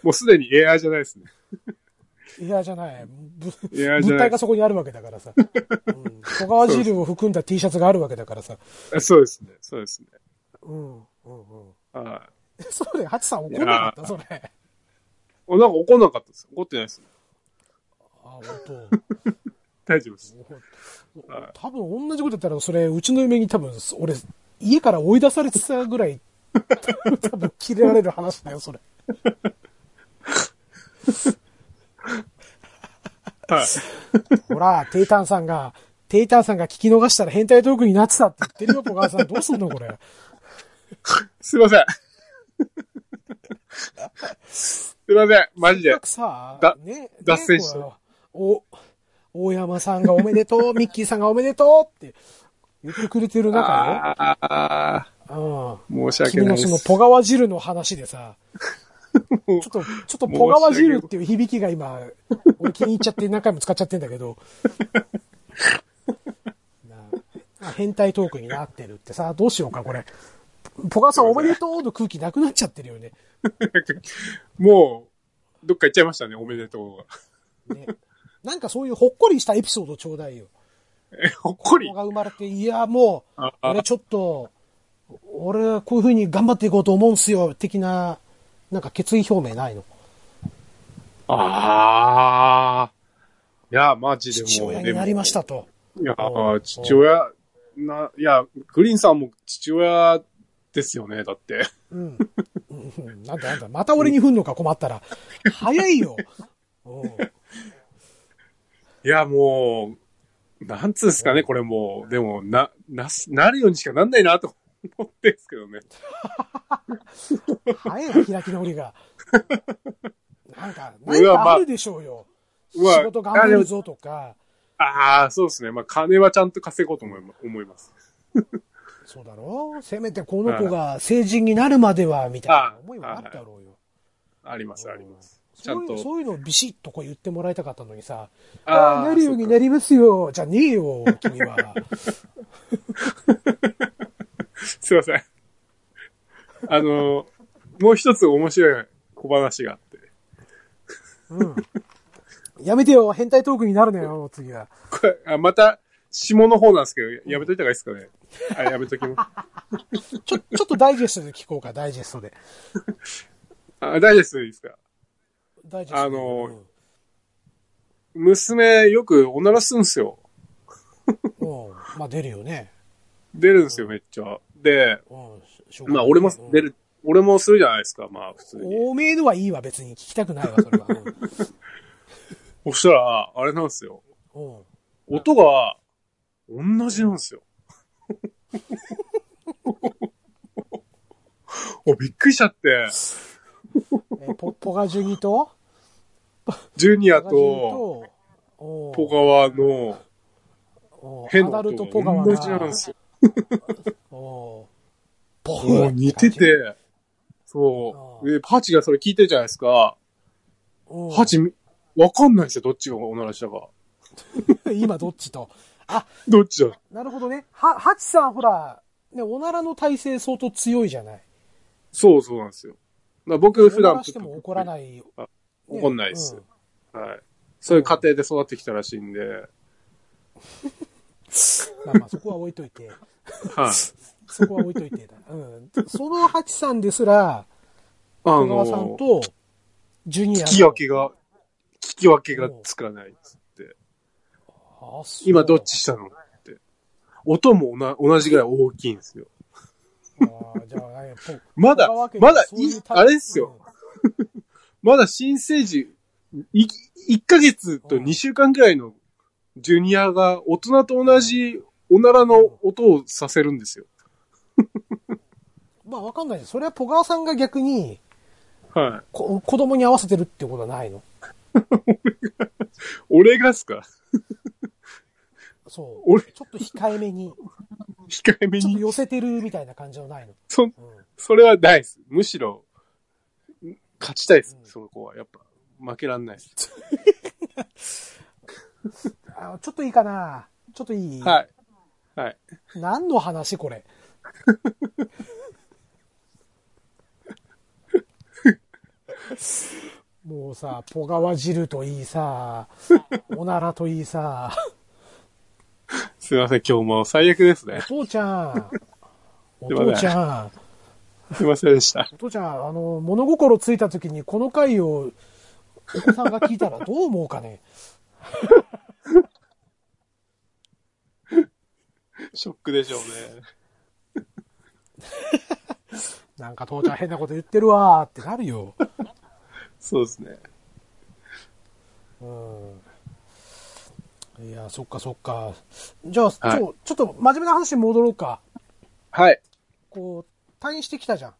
Speaker 2: もうすでにエアーじゃないですね。
Speaker 1: うんエアじゃない。ぶ
Speaker 2: エアーじ
Speaker 1: 物
Speaker 2: ゃない
Speaker 1: 体
Speaker 2: で
Speaker 1: がそこにあるわけだからさ。うんポガワ汁を含んだ T シャツがあるわけだからさ。
Speaker 2: す。そうですね。そうですね。
Speaker 1: うん、うん、うん。
Speaker 2: はい。
Speaker 1: それ、ハチさん怒んなかったそれ。
Speaker 2: おなんか怒んなかったです。怒ってないです。
Speaker 1: あ、本
Speaker 2: 大丈 夫です。
Speaker 1: 当
Speaker 2: はい。
Speaker 1: 多分同じことやったら、それ、うちの嫁に多分、俺、家から追い出されてたぐらい、多分、切れられる話だよ、それ。
Speaker 2: はい。
Speaker 1: ほら、テイタンさんが、テイタンさんが聞き逃したら変態トークになってたって言ってるよ、小川さん。どうすんの、これ。
Speaker 2: すいません。 すいません。マジで。
Speaker 1: さ
Speaker 2: だ
Speaker 1: ね、
Speaker 2: 脱線した
Speaker 1: ねこうお、大山さんがおめでとう、ミッキーさんがおめでとうって言ってくれてる中
Speaker 2: ああ
Speaker 1: で、うん。
Speaker 2: ー、申し訳
Speaker 1: 君
Speaker 2: ない
Speaker 1: の
Speaker 2: で
Speaker 1: その
Speaker 2: す。
Speaker 1: ポガワ汁の話でさ、ちょっと、ちょっとポガワ汁っていう響きが今、俺気に入っちゃって何回も使っちゃってんだけど、なあ変態トークになってるってさ、どうしようか、これ。ポガワさんおめでとうの空気なくなっちゃってるよね。
Speaker 2: もう、どっか行っちゃいましたね、おめでとうが。
Speaker 1: ねなんかそういうほっこりしたエピソードちょうだいよ。
Speaker 2: え、ほっこり
Speaker 1: 子。が生まれて、いや、もう
Speaker 2: あ、
Speaker 1: 俺ちょっと、俺はこういう風に頑張っていこうと思うんすよ、的な、なんか決意表明ないの。
Speaker 2: ああ。いや、マジでもう。
Speaker 1: 父親になりましたと。
Speaker 2: でもいや
Speaker 1: う
Speaker 2: ー、
Speaker 1: ん
Speaker 2: 父親、な、いや、グリーンさんも父親ですよね、だって。
Speaker 1: うん。うんなんだなんだ、また俺に振んのか困 ったら。早いよ。うん
Speaker 2: いや、もう、なんつうんすかね、これもう。でも、な、なす、なるようにしかなんないな、と思ってんですけどね。
Speaker 1: 早いよ、開き直りが。なん か、なん
Speaker 2: うわま
Speaker 1: か
Speaker 2: あ
Speaker 1: あるでしょうよ。
Speaker 2: うわ
Speaker 1: 仕事頑張るぞとか、
Speaker 2: ああ、そうですね。まあ、金はちゃんと稼ごうと思いま思います。
Speaker 1: そうだろせめてこの子が成人になるまでは、みたいな思いはあったろうよ。
Speaker 2: あります、あります。ちゃ
Speaker 1: そうんいう、
Speaker 2: と。
Speaker 1: そういうのをビシッとこう言ってもらいたかったのにさ、
Speaker 2: あ
Speaker 1: ああ、
Speaker 2: ー
Speaker 1: なるようになりますよ、じゃねえよ、君は。
Speaker 2: すいません。 あの、もう一つ面白い小話があって。
Speaker 1: うん。やめてよ、変態トークになるなよ、次は。
Speaker 2: これ、あまた、下の方なんですけど、ややめといた方がいいですかね。あ、やめとき ます。
Speaker 1: ちょ、ちょっとダイジェストで聞こうか、ダイジェストで。
Speaker 2: あ、大丈夫です、いいですか。
Speaker 1: ダイジェストで
Speaker 2: あの娘、よくおならするんですよ。
Speaker 1: うん、うんまあ出るよね。
Speaker 2: 出るんですよ、めっちゃ。で、
Speaker 1: うん、しょうが
Speaker 2: ま
Speaker 1: な
Speaker 2: あ、
Speaker 1: い
Speaker 2: 俺も出。る、俺もするじゃないですか、まあ、普通
Speaker 1: うん
Speaker 2: に。
Speaker 1: おめえのはいいわ、別に。聞きたくないわ、それは。
Speaker 2: そしたら、あれなんですよ。
Speaker 1: うん。うん
Speaker 2: 音が、同じなんですよ。 お、びっくりしちゃって、
Speaker 1: えポポガジュニと
Speaker 2: ジュニ
Speaker 1: ポ
Speaker 2: ア
Speaker 1: ガジュニ
Speaker 2: と、
Speaker 1: と
Speaker 2: ポガワの、
Speaker 1: お
Speaker 2: 変
Speaker 1: ア
Speaker 2: な
Speaker 1: ダル
Speaker 2: 音
Speaker 1: トポガは
Speaker 2: が同じなんですよ。
Speaker 1: おポ
Speaker 2: もう似て。て、そう。で、パチがそれ聞いてるじゃないですか。
Speaker 1: うん
Speaker 2: パチ、わかんないですよ、どっちがおならしたか。
Speaker 1: 今どっちと。あ、
Speaker 2: どっちだ
Speaker 1: なるほどね。は、ハチさんほら、ね、おならの体勢相当強いじゃない。
Speaker 2: そうそうなんですよ。まあ、僕普段
Speaker 1: 怒らしても怒らない。ね
Speaker 2: 怒んないです
Speaker 1: うん
Speaker 2: はい。そういう家庭で育ってきたらしいんで、
Speaker 1: まあまあ、そこは置いといて。
Speaker 2: はい。
Speaker 1: そこは置いといてだ。うん。そのハチさんですら、
Speaker 2: あ
Speaker 1: 小川さん
Speaker 2: の、
Speaker 1: と、ジュニアの。
Speaker 2: 聞き分けが、聞き分けがつかないっつって。
Speaker 1: あそう
Speaker 2: 今どっちしたのって。音もおな同じぐらい大きいんですよ。
Speaker 1: あーじゃあ、ね、ぽ
Speaker 2: まだ
Speaker 1: 小川家、に
Speaker 2: まだい
Speaker 1: そういうタイプ
Speaker 2: あれですよ。。まだ新生児、い、1ヶ月と2週間くらいのジュニアが大人と同じおならの音をさせるんです
Speaker 1: う
Speaker 2: よ。
Speaker 1: んまあわかんないです。それは小川さんが逆に、
Speaker 2: はい。
Speaker 1: こ子供に合わせてるってことはないの。
Speaker 2: 俺がっすか
Speaker 1: そう。
Speaker 2: 俺
Speaker 1: ちょっと控えめに、
Speaker 2: 控えめ
Speaker 1: ちょっと
Speaker 2: に。
Speaker 1: 寄せてるみたいな感じはないの。
Speaker 2: そ、
Speaker 1: うん。
Speaker 2: それはないです。むしろ、勝ちたいです
Speaker 1: う。ん
Speaker 2: その子は。やっぱ、負けらんないです。
Speaker 1: あちょっといいかなちょっといい、
Speaker 2: はい。はい。
Speaker 1: 何の話 これ。もうさ、ポガワ汁といいさ、おならといいさ、
Speaker 2: すいません、今日もう最悪ですね
Speaker 1: お。父ちゃん、お
Speaker 2: すいません
Speaker 1: 父ちゃん、
Speaker 2: すいませんでした
Speaker 1: お。父ちゃん、あの、物心ついた時にこの回をお子さんが聞いたらどう思うかね。
Speaker 2: ショックでしょうね。
Speaker 1: なんか父ちゃん変なこと言ってるわーってなるよ。
Speaker 2: そうですね。
Speaker 1: うん。いや、そっかそっか。じゃあ、
Speaker 2: はい
Speaker 1: ちょちょっと真面目な話に戻ろうか。
Speaker 2: はい。
Speaker 1: こう、退院してきたじゃん。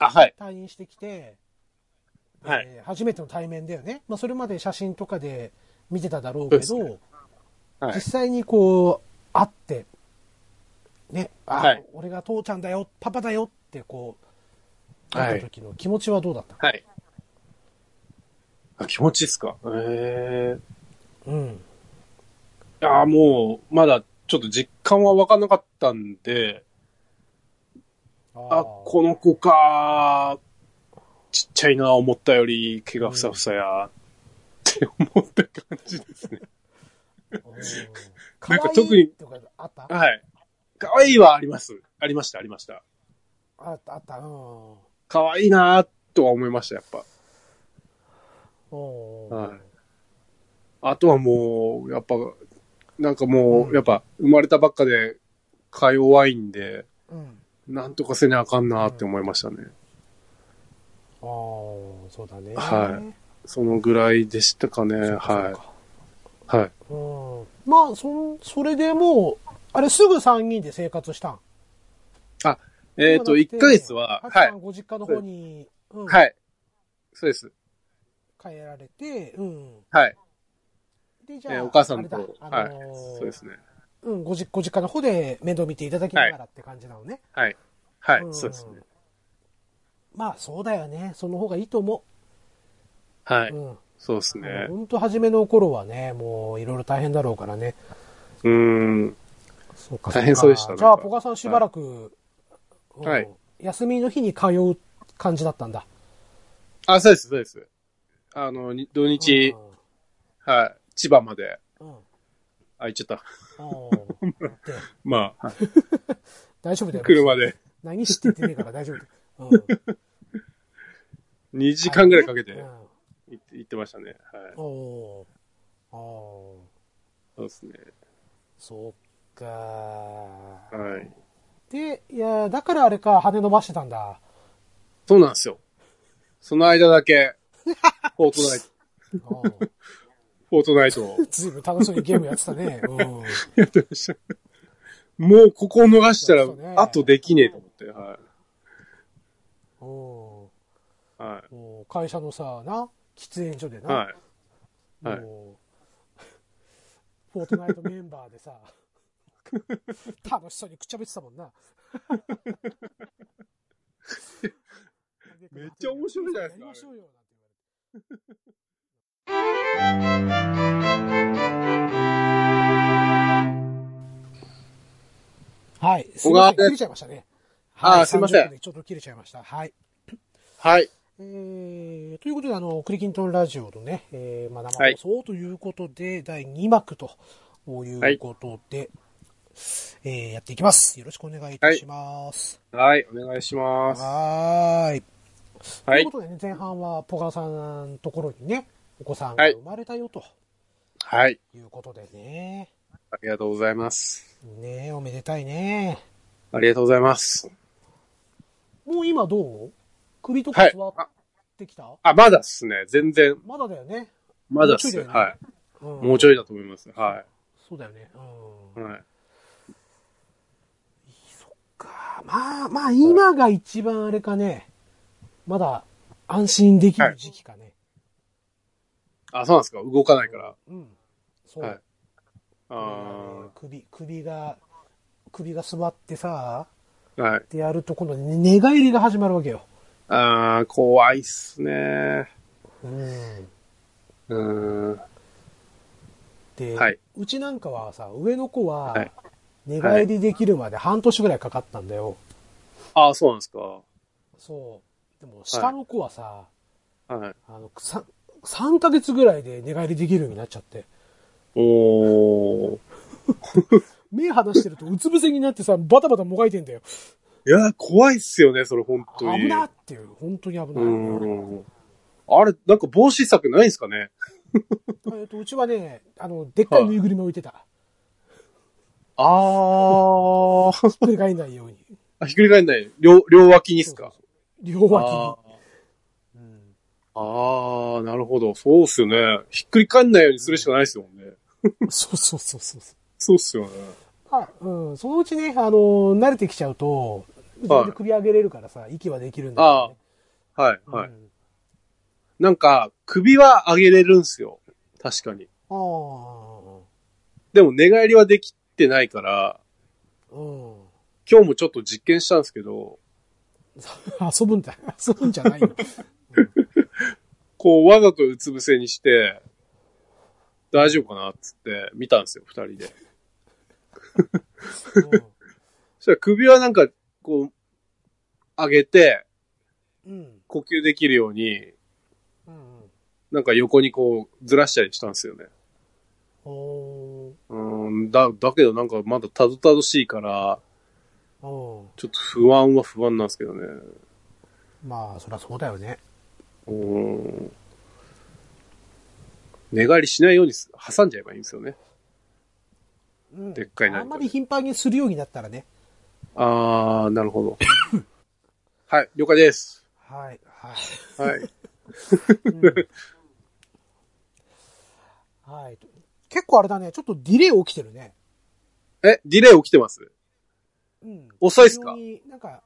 Speaker 2: あ、はい。
Speaker 1: 退院してきて、
Speaker 2: はい。
Speaker 1: えー初めての対面だよね。まあ、それまで写真とかで見てただろうけど、
Speaker 2: そうですは
Speaker 1: 実
Speaker 2: い。
Speaker 1: 際にこう、会って、ね、あ、
Speaker 2: はい
Speaker 1: 俺が父ちゃんだよ、パパだよってこう、
Speaker 2: はい
Speaker 1: 会った時の気持ちはどうだった、
Speaker 2: はい。あ、気持ちいいっすかええ
Speaker 1: うん。
Speaker 2: いやーもう、まだちょっと実感はわかんなかったんで、
Speaker 1: あ
Speaker 2: あ、この子かーちっちゃいな、思ったより毛がふさふさやー、って思った感じですね。
Speaker 1: か
Speaker 2: なん
Speaker 1: わ
Speaker 2: か
Speaker 1: い
Speaker 2: 特
Speaker 1: い
Speaker 2: に
Speaker 1: とかあったあ
Speaker 2: はい。可愛いはあります。ありました、ありました。
Speaker 1: った、あった、うん。
Speaker 2: 可愛いなーとは思いました、やっぱ。
Speaker 1: おー
Speaker 2: はいあとはもう、やっぱ、なんかも
Speaker 1: うん
Speaker 2: う、やっぱ、生まれたばっかで、か弱いんで、
Speaker 1: うん。
Speaker 2: なんとかせなあかんなって思いましたね。
Speaker 1: ああ、そうだね。
Speaker 2: はいそのぐらいでしたかね。は。
Speaker 1: はい
Speaker 2: はい。
Speaker 1: い。うん。まあ、そん、それでもう、あれすぐ3人で生活したん
Speaker 2: えっ、と、
Speaker 1: 今だて
Speaker 2: 1ヶ月は、
Speaker 1: ハチ
Speaker 2: は
Speaker 1: さ
Speaker 2: い
Speaker 1: ん。ご実家の方に、うん、
Speaker 2: はい。そうです。
Speaker 1: 帰られて、うん。
Speaker 2: はい。
Speaker 1: で、じ
Speaker 2: え
Speaker 1: ゃあ、
Speaker 2: ーお母さんと、
Speaker 1: あれだあ
Speaker 2: はい
Speaker 1: のー。
Speaker 2: そうですね。
Speaker 1: うん、ごじご実家の方で面倒見ていただきながらって感じなのね。
Speaker 2: はい。はい
Speaker 1: ん。
Speaker 2: そうですね。。
Speaker 1: まあ、そうだよね。その方がいいと思
Speaker 2: は
Speaker 1: う。
Speaker 2: い。
Speaker 1: うん。
Speaker 2: そうですね。
Speaker 1: ほんと初めの頃はね、もういろいろ大変だろうからね。
Speaker 2: うーん。
Speaker 1: そうか
Speaker 2: 大変そうでしたね
Speaker 1: じゃあ、ポカさんしばらく、うん
Speaker 2: はい
Speaker 1: 休みの日に通う感じだったんだ。
Speaker 2: あ、そうです、そうです。あの、に土日、はい。千葉まで、
Speaker 1: うん。うん。
Speaker 2: あ、行っちゃった。
Speaker 1: うんで
Speaker 2: まあ、
Speaker 1: 大丈夫だよ。
Speaker 2: 車で。
Speaker 1: 何してってねえから大丈夫だよ。
Speaker 2: 2時間ぐらいかけて
Speaker 1: うん。
Speaker 2: 行って行ってましたね。はい。
Speaker 1: うん、おーおー
Speaker 2: そうですね。
Speaker 1: そっか
Speaker 2: はい。
Speaker 1: で、いやー、だからあれか、羽伸ばしてたんだ。
Speaker 2: そうなんですよ。その間だ け、フォートナイト、
Speaker 1: うん
Speaker 2: フォートナイトを
Speaker 1: ずいぶん楽しそうにゲームやってたね。うん
Speaker 2: やってました。もうここを逃したら
Speaker 1: そうですね、
Speaker 2: あとできねえと思って、は
Speaker 1: お
Speaker 2: い。は
Speaker 1: ーおー会社のさ、な、喫煙所で
Speaker 2: い。
Speaker 1: な、
Speaker 2: はい。はい
Speaker 1: もうフォートナイトメンバーでさ、楽しそうにくっちゃべってたもん な。
Speaker 2: めっちゃ面白いじゃないで
Speaker 1: や
Speaker 2: すか
Speaker 1: りましょうよなんて言われてはい。すいません
Speaker 2: 小川です
Speaker 1: 切れちゃいましたね。
Speaker 2: あ
Speaker 1: は
Speaker 2: ーすいません
Speaker 1: 30分でちょっと切れちゃいました。はい。
Speaker 2: はい。
Speaker 1: えー、ということで、あの、クリキントンラジオのね、えー、まあ、
Speaker 2: は
Speaker 1: 生
Speaker 2: い
Speaker 1: 放送ということで、第2幕ということで、えー、やっていきます。よろしくお願いいたします。
Speaker 2: はい、お願いします。
Speaker 1: はーい。
Speaker 2: は
Speaker 1: とい。
Speaker 2: いう
Speaker 1: ことでね、前半は、ポガさんのところにね、お子さん
Speaker 2: は
Speaker 1: が
Speaker 2: い
Speaker 1: 生まれたよと
Speaker 2: はい。
Speaker 1: いうことでね、
Speaker 2: ありがとうございます。
Speaker 1: ねえおめでたいね。
Speaker 2: ありがとうございます。
Speaker 1: もう今どう首と
Speaker 2: は
Speaker 1: か
Speaker 2: い
Speaker 1: 座ってきた、
Speaker 2: あ、まだっすね。全然、
Speaker 1: まだだよね。
Speaker 2: まだっす。
Speaker 1: もうちょいだよね
Speaker 2: は
Speaker 1: うん
Speaker 2: い。もうちょいだと思います。は
Speaker 1: そうだよね。うん
Speaker 2: い。。はい。
Speaker 1: かまあまあ今が一番あれかね、まだ安心できる時期かね。
Speaker 2: あ、そうなんですか動かないから。
Speaker 1: うん。そう。
Speaker 2: はい。
Speaker 1: これが
Speaker 2: あ
Speaker 1: ね首、首が、首が座ってさ、
Speaker 2: あ、は
Speaker 1: っ
Speaker 2: い。
Speaker 1: てやると今度ね寝返りが始まるわけよ。
Speaker 2: ああ、怖いっすね。
Speaker 1: うん。
Speaker 2: うーん。
Speaker 1: で、
Speaker 2: はいう
Speaker 1: ちなんかはさ、上の子
Speaker 2: は、
Speaker 1: はい寝返りできるまで半年ぐらいかかったんだよ。
Speaker 2: ああ、そうなんですか。
Speaker 1: そう。でも下の子はさ、
Speaker 2: はい。
Speaker 1: あの、さ3ヶ月ぐらいで寝返りできるようになっちゃって。
Speaker 2: おー。
Speaker 1: 目離してるとうつ伏せになってさ、バタバタもがいてんだよ。
Speaker 2: いやー、怖いっすよね、それ、本当に。
Speaker 1: 危なっていう、本当に危
Speaker 2: う
Speaker 1: ない。
Speaker 2: ーん。あれ、なんか防止策ないんすかね
Speaker 1: えっと、うちはね、あの、でっかいぬいぐるみ置いてた。
Speaker 2: あー。
Speaker 1: ひっくり返んないように。
Speaker 2: あひっくり返んない。両、両脇にっすか
Speaker 1: 両脇に。うん
Speaker 2: あーあー、なるほど。そうっすよね。ひっくり返んないようにするしかないっすもんね。
Speaker 1: そうそうそうそうそう。
Speaker 2: そうっすよね。
Speaker 1: あ、うん。そのうちね、あの、慣れてきちゃうと、自分で首上げれるからさ、息はできるんだよ、ね。
Speaker 2: はい、はい。
Speaker 1: うん
Speaker 2: なんか、首は上げれるんすよ。確かに。
Speaker 1: あ
Speaker 2: でも寝返りはできてないから、
Speaker 1: あ、うん。
Speaker 2: 今日もちょっと実験したんですけど、
Speaker 1: 遊ぶんだ。遊ぶんじゃないよ。
Speaker 2: こうわざとうつ伏せにして、大丈夫かなっつって見たんですよ、二人で。そしたら首はなんか、こう、上げて、
Speaker 1: うん。うん。
Speaker 2: 呼吸できるように、
Speaker 1: うんうん。
Speaker 2: なんか横にこう、ずらしたりしたんですよね。
Speaker 1: おー
Speaker 2: うーん、だ、だけどなんかまだたどたどしいから、
Speaker 1: おー
Speaker 2: ちょっと不安は不安なんですけどね。
Speaker 1: まあ、そりゃそうだよね。
Speaker 2: うーん。寝返りしないようにす挟んじゃえばいいんですよね。
Speaker 1: うん
Speaker 2: でっかい何か
Speaker 1: あんまり頻繁にするようになったらね。
Speaker 2: あー、なるほど。 はい、了解です。
Speaker 1: はい、はい。
Speaker 2: はい。
Speaker 1: はい。結構あれだね、ちょっとディレイ起きてるね。
Speaker 2: え、ディレイ起きてます
Speaker 1: うん。
Speaker 2: 遅いっすか
Speaker 1: 非常になんか、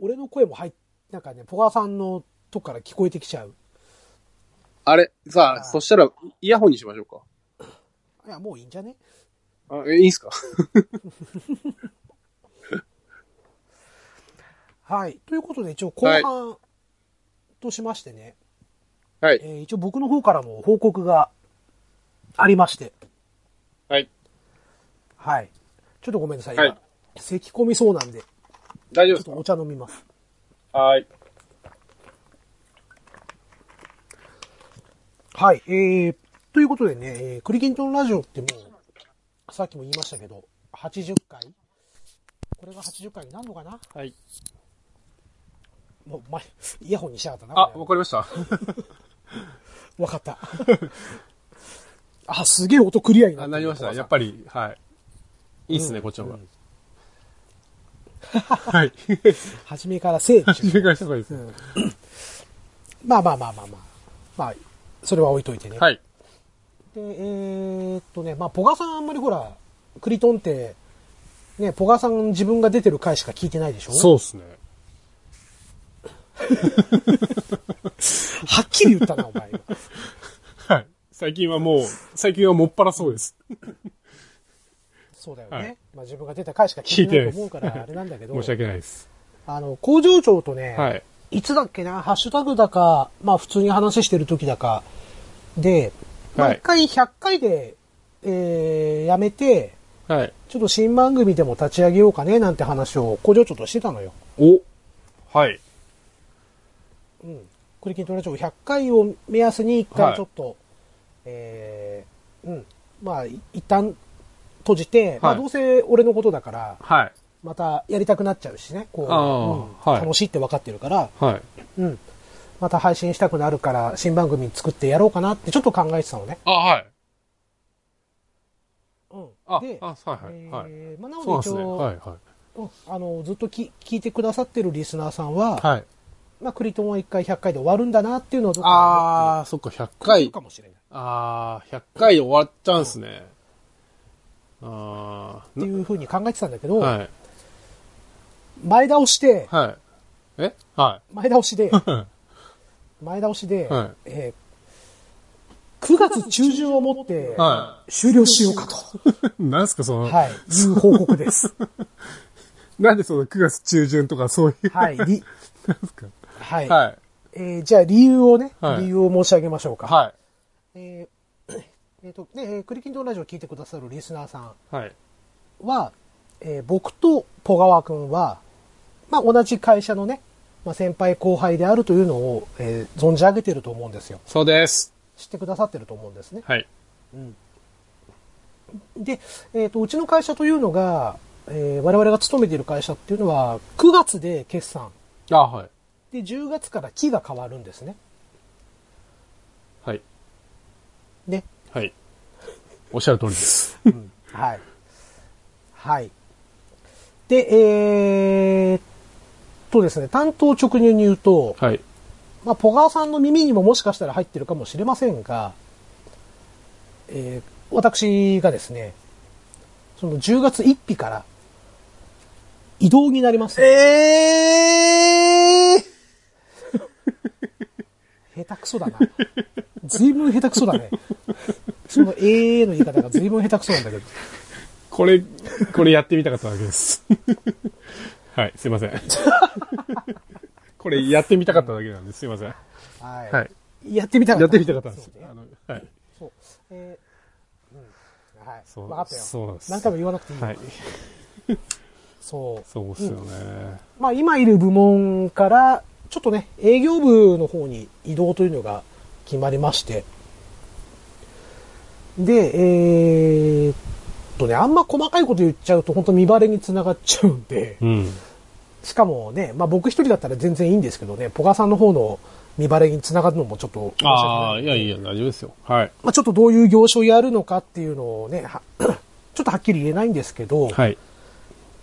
Speaker 1: 俺の声も入っ、なんかね、ポガさんのとこから聞こえてきちゃう。
Speaker 2: あれさ
Speaker 1: あ
Speaker 2: あ、そしたら、イヤホンにしましょう
Speaker 1: いや、もういいんじゃね
Speaker 2: か。あ、え、いいんすか
Speaker 1: はい。ということで、一応後半としましてね、
Speaker 2: はい
Speaker 1: え。ー一応僕の方からも報告がありまして、
Speaker 2: はい。
Speaker 1: はい。ちょっとごめんなさい。
Speaker 2: はい
Speaker 1: 今咳込みそうなんで、
Speaker 2: 大
Speaker 1: ちょ
Speaker 2: 丈夫で
Speaker 1: っ
Speaker 2: す
Speaker 1: とお茶飲みます。
Speaker 2: かはい。
Speaker 1: はい。えー、ということでね、えー、クリキントンラジオってもう、さっきも言いましたけど、80回これが80回になるのかな
Speaker 2: はい。
Speaker 1: もう、前、イヤホンにしやがったな。
Speaker 2: あ、
Speaker 1: これ
Speaker 2: わかりました。
Speaker 1: わかった。 あ、すげえ音クリアになっ
Speaker 3: あ
Speaker 1: た。
Speaker 3: なりました。や
Speaker 1: り。
Speaker 3: っぱり、はい。いいっすね、こっちの方が。
Speaker 1: うん
Speaker 3: はい。
Speaker 1: 初めからセーブしよ
Speaker 3: 自分からした方がいいです
Speaker 1: う
Speaker 3: ね。
Speaker 1: うんまあまあまあまあまあ。まあ、それは置いといてね。
Speaker 3: はい。
Speaker 1: で、えーっとね、まあ、ポガさんあんまりほら、クリトンって、ね、ポガさん自分が出てる回しか聞いてないでしょ
Speaker 3: そうっすね。
Speaker 1: はっきり言ったな、お前。
Speaker 3: はい。最近はもう、最近はもっぱらそうです。
Speaker 1: そうだよね。
Speaker 3: はい
Speaker 1: まあ自分が出た回しか聞いてないと思うか
Speaker 3: 聞いて
Speaker 1: ら、
Speaker 3: ない
Speaker 1: あれなんだけど、
Speaker 3: 申し訳ないです。
Speaker 1: あの、工場長とね、
Speaker 3: はい。
Speaker 1: い、つだっけな、ハッシュタグだか、まあ普通に話してる時だか、で、
Speaker 3: は
Speaker 1: 毎
Speaker 3: い
Speaker 1: 回100回で、えー、やめて、
Speaker 2: はい。
Speaker 1: ちょっと新番組でも立ち上げようかね、なんて話を工場長としてたのよ。
Speaker 2: おはい。
Speaker 1: うん。クリキントラジオ100回を目安に一回
Speaker 2: はい
Speaker 1: ちょっと、えー、うん。まあ、い一旦閉じて、まあ
Speaker 2: はい
Speaker 1: どうせ俺のことだから、
Speaker 2: はい。
Speaker 1: またやりたくなっちゃうしね、こう、
Speaker 2: あー
Speaker 1: うん
Speaker 2: はい
Speaker 1: 楽しいって分かってるから、
Speaker 2: はい。
Speaker 1: うん。また配信したくなるから、新番組作ってやろうかなってちょっと考えてたのね。
Speaker 2: あ、はい。
Speaker 1: うん。
Speaker 2: あ
Speaker 1: で、、
Speaker 2: あはい。はい。
Speaker 1: えーまあ、な
Speaker 2: そうな
Speaker 1: ので
Speaker 2: んで
Speaker 1: す一
Speaker 2: ね。
Speaker 1: 応、
Speaker 2: はい。は
Speaker 1: うんあの、ずっとき聞いてくださってるリスナーさんは、
Speaker 2: い。はい。
Speaker 1: まあ、クリトンは1回100回で終わるんだなっていうのをずっと思
Speaker 2: あー、そっか、100
Speaker 1: ってる
Speaker 2: 回
Speaker 1: か。もしれない。
Speaker 2: あー、100回で終わっちゃうんすね。あ
Speaker 1: って
Speaker 2: ー
Speaker 1: いうふうに考えてたんだけど、
Speaker 2: な、はい。
Speaker 1: 前倒して、
Speaker 2: はい。えは
Speaker 1: 前倒しで、
Speaker 2: い。
Speaker 1: 前倒しで、
Speaker 2: はい
Speaker 1: えー9月中旬をもって
Speaker 2: は
Speaker 1: 終了しようかと、
Speaker 2: い。なんすか、その、
Speaker 1: はい、いう報告 です。
Speaker 2: なんでその9月中旬とかそういう、
Speaker 1: はい、り
Speaker 2: なんすか。
Speaker 1: はい
Speaker 2: はい。
Speaker 1: えーじゃあ理由をね、
Speaker 2: はい
Speaker 1: 理由を申し上げましょうか。
Speaker 2: は
Speaker 1: えーえーとで、えークリキンドンラジオを聞いてくださるリスナーさん
Speaker 2: い。はい。
Speaker 1: は、えー僕と小川くんは、まあ、同じ会社のね、まあ、先輩後輩であるというのを、えー存じ上げてると思うんですよ。
Speaker 2: そうです。
Speaker 1: 知ってくださってると思うんですね。
Speaker 2: はい。
Speaker 1: で、えー、とうちの会社というのが、えー我々が勤めている会社っていうのは9月で決算
Speaker 2: あ、はい。
Speaker 1: で10月から期が変わるんですね。
Speaker 2: はい。
Speaker 1: ね。
Speaker 2: はい。おっしゃる通りです。
Speaker 1: はい。はい。で、えー、っとですね、担当直入に言うと、
Speaker 2: はい。
Speaker 1: まあ、ポガーさんの耳にももしかしたら入ってるかもしれませんが、えー私がですね、その10月1日から移動になりました。
Speaker 2: えー
Speaker 1: 下手くそだな。ずいぶん下手くそだね。その AA の言い方がずいぶん下手くそなんだけど。
Speaker 2: これ、これやってみたかったわけです。はい、すいません。 これやってみたかっただけなんです。すいません。は
Speaker 1: はい。
Speaker 2: い。
Speaker 1: やってみたかった。
Speaker 2: やってみたかったんです
Speaker 1: そう。ね
Speaker 2: あのはい。
Speaker 1: そう。えーうん。はい。
Speaker 2: そう
Speaker 1: 分かったよ。
Speaker 2: そうなんです
Speaker 1: 何回も言わなくていいよ。
Speaker 2: はい。
Speaker 1: そう。
Speaker 2: そうっすよね。
Speaker 1: まあ、今いる部門から、ちょっとね、営業部の方に移動というのが決まりまして。で、えーっとね、あんま細かいこと言っちゃうと、本当見バレにつながっちゃうんで、
Speaker 2: うん。
Speaker 1: しかもね、まあ僕一人だったら全然いいんですけどね、ポガさんの方の見バレにつながるのもちょっと申し訳ない
Speaker 2: ああ、いやいや、大丈夫ですよ。はい。
Speaker 1: まあ、ちょっとどういう業種をやるのかっていうのをね、は ちょっとはっきり言えないんですけど、
Speaker 2: はい。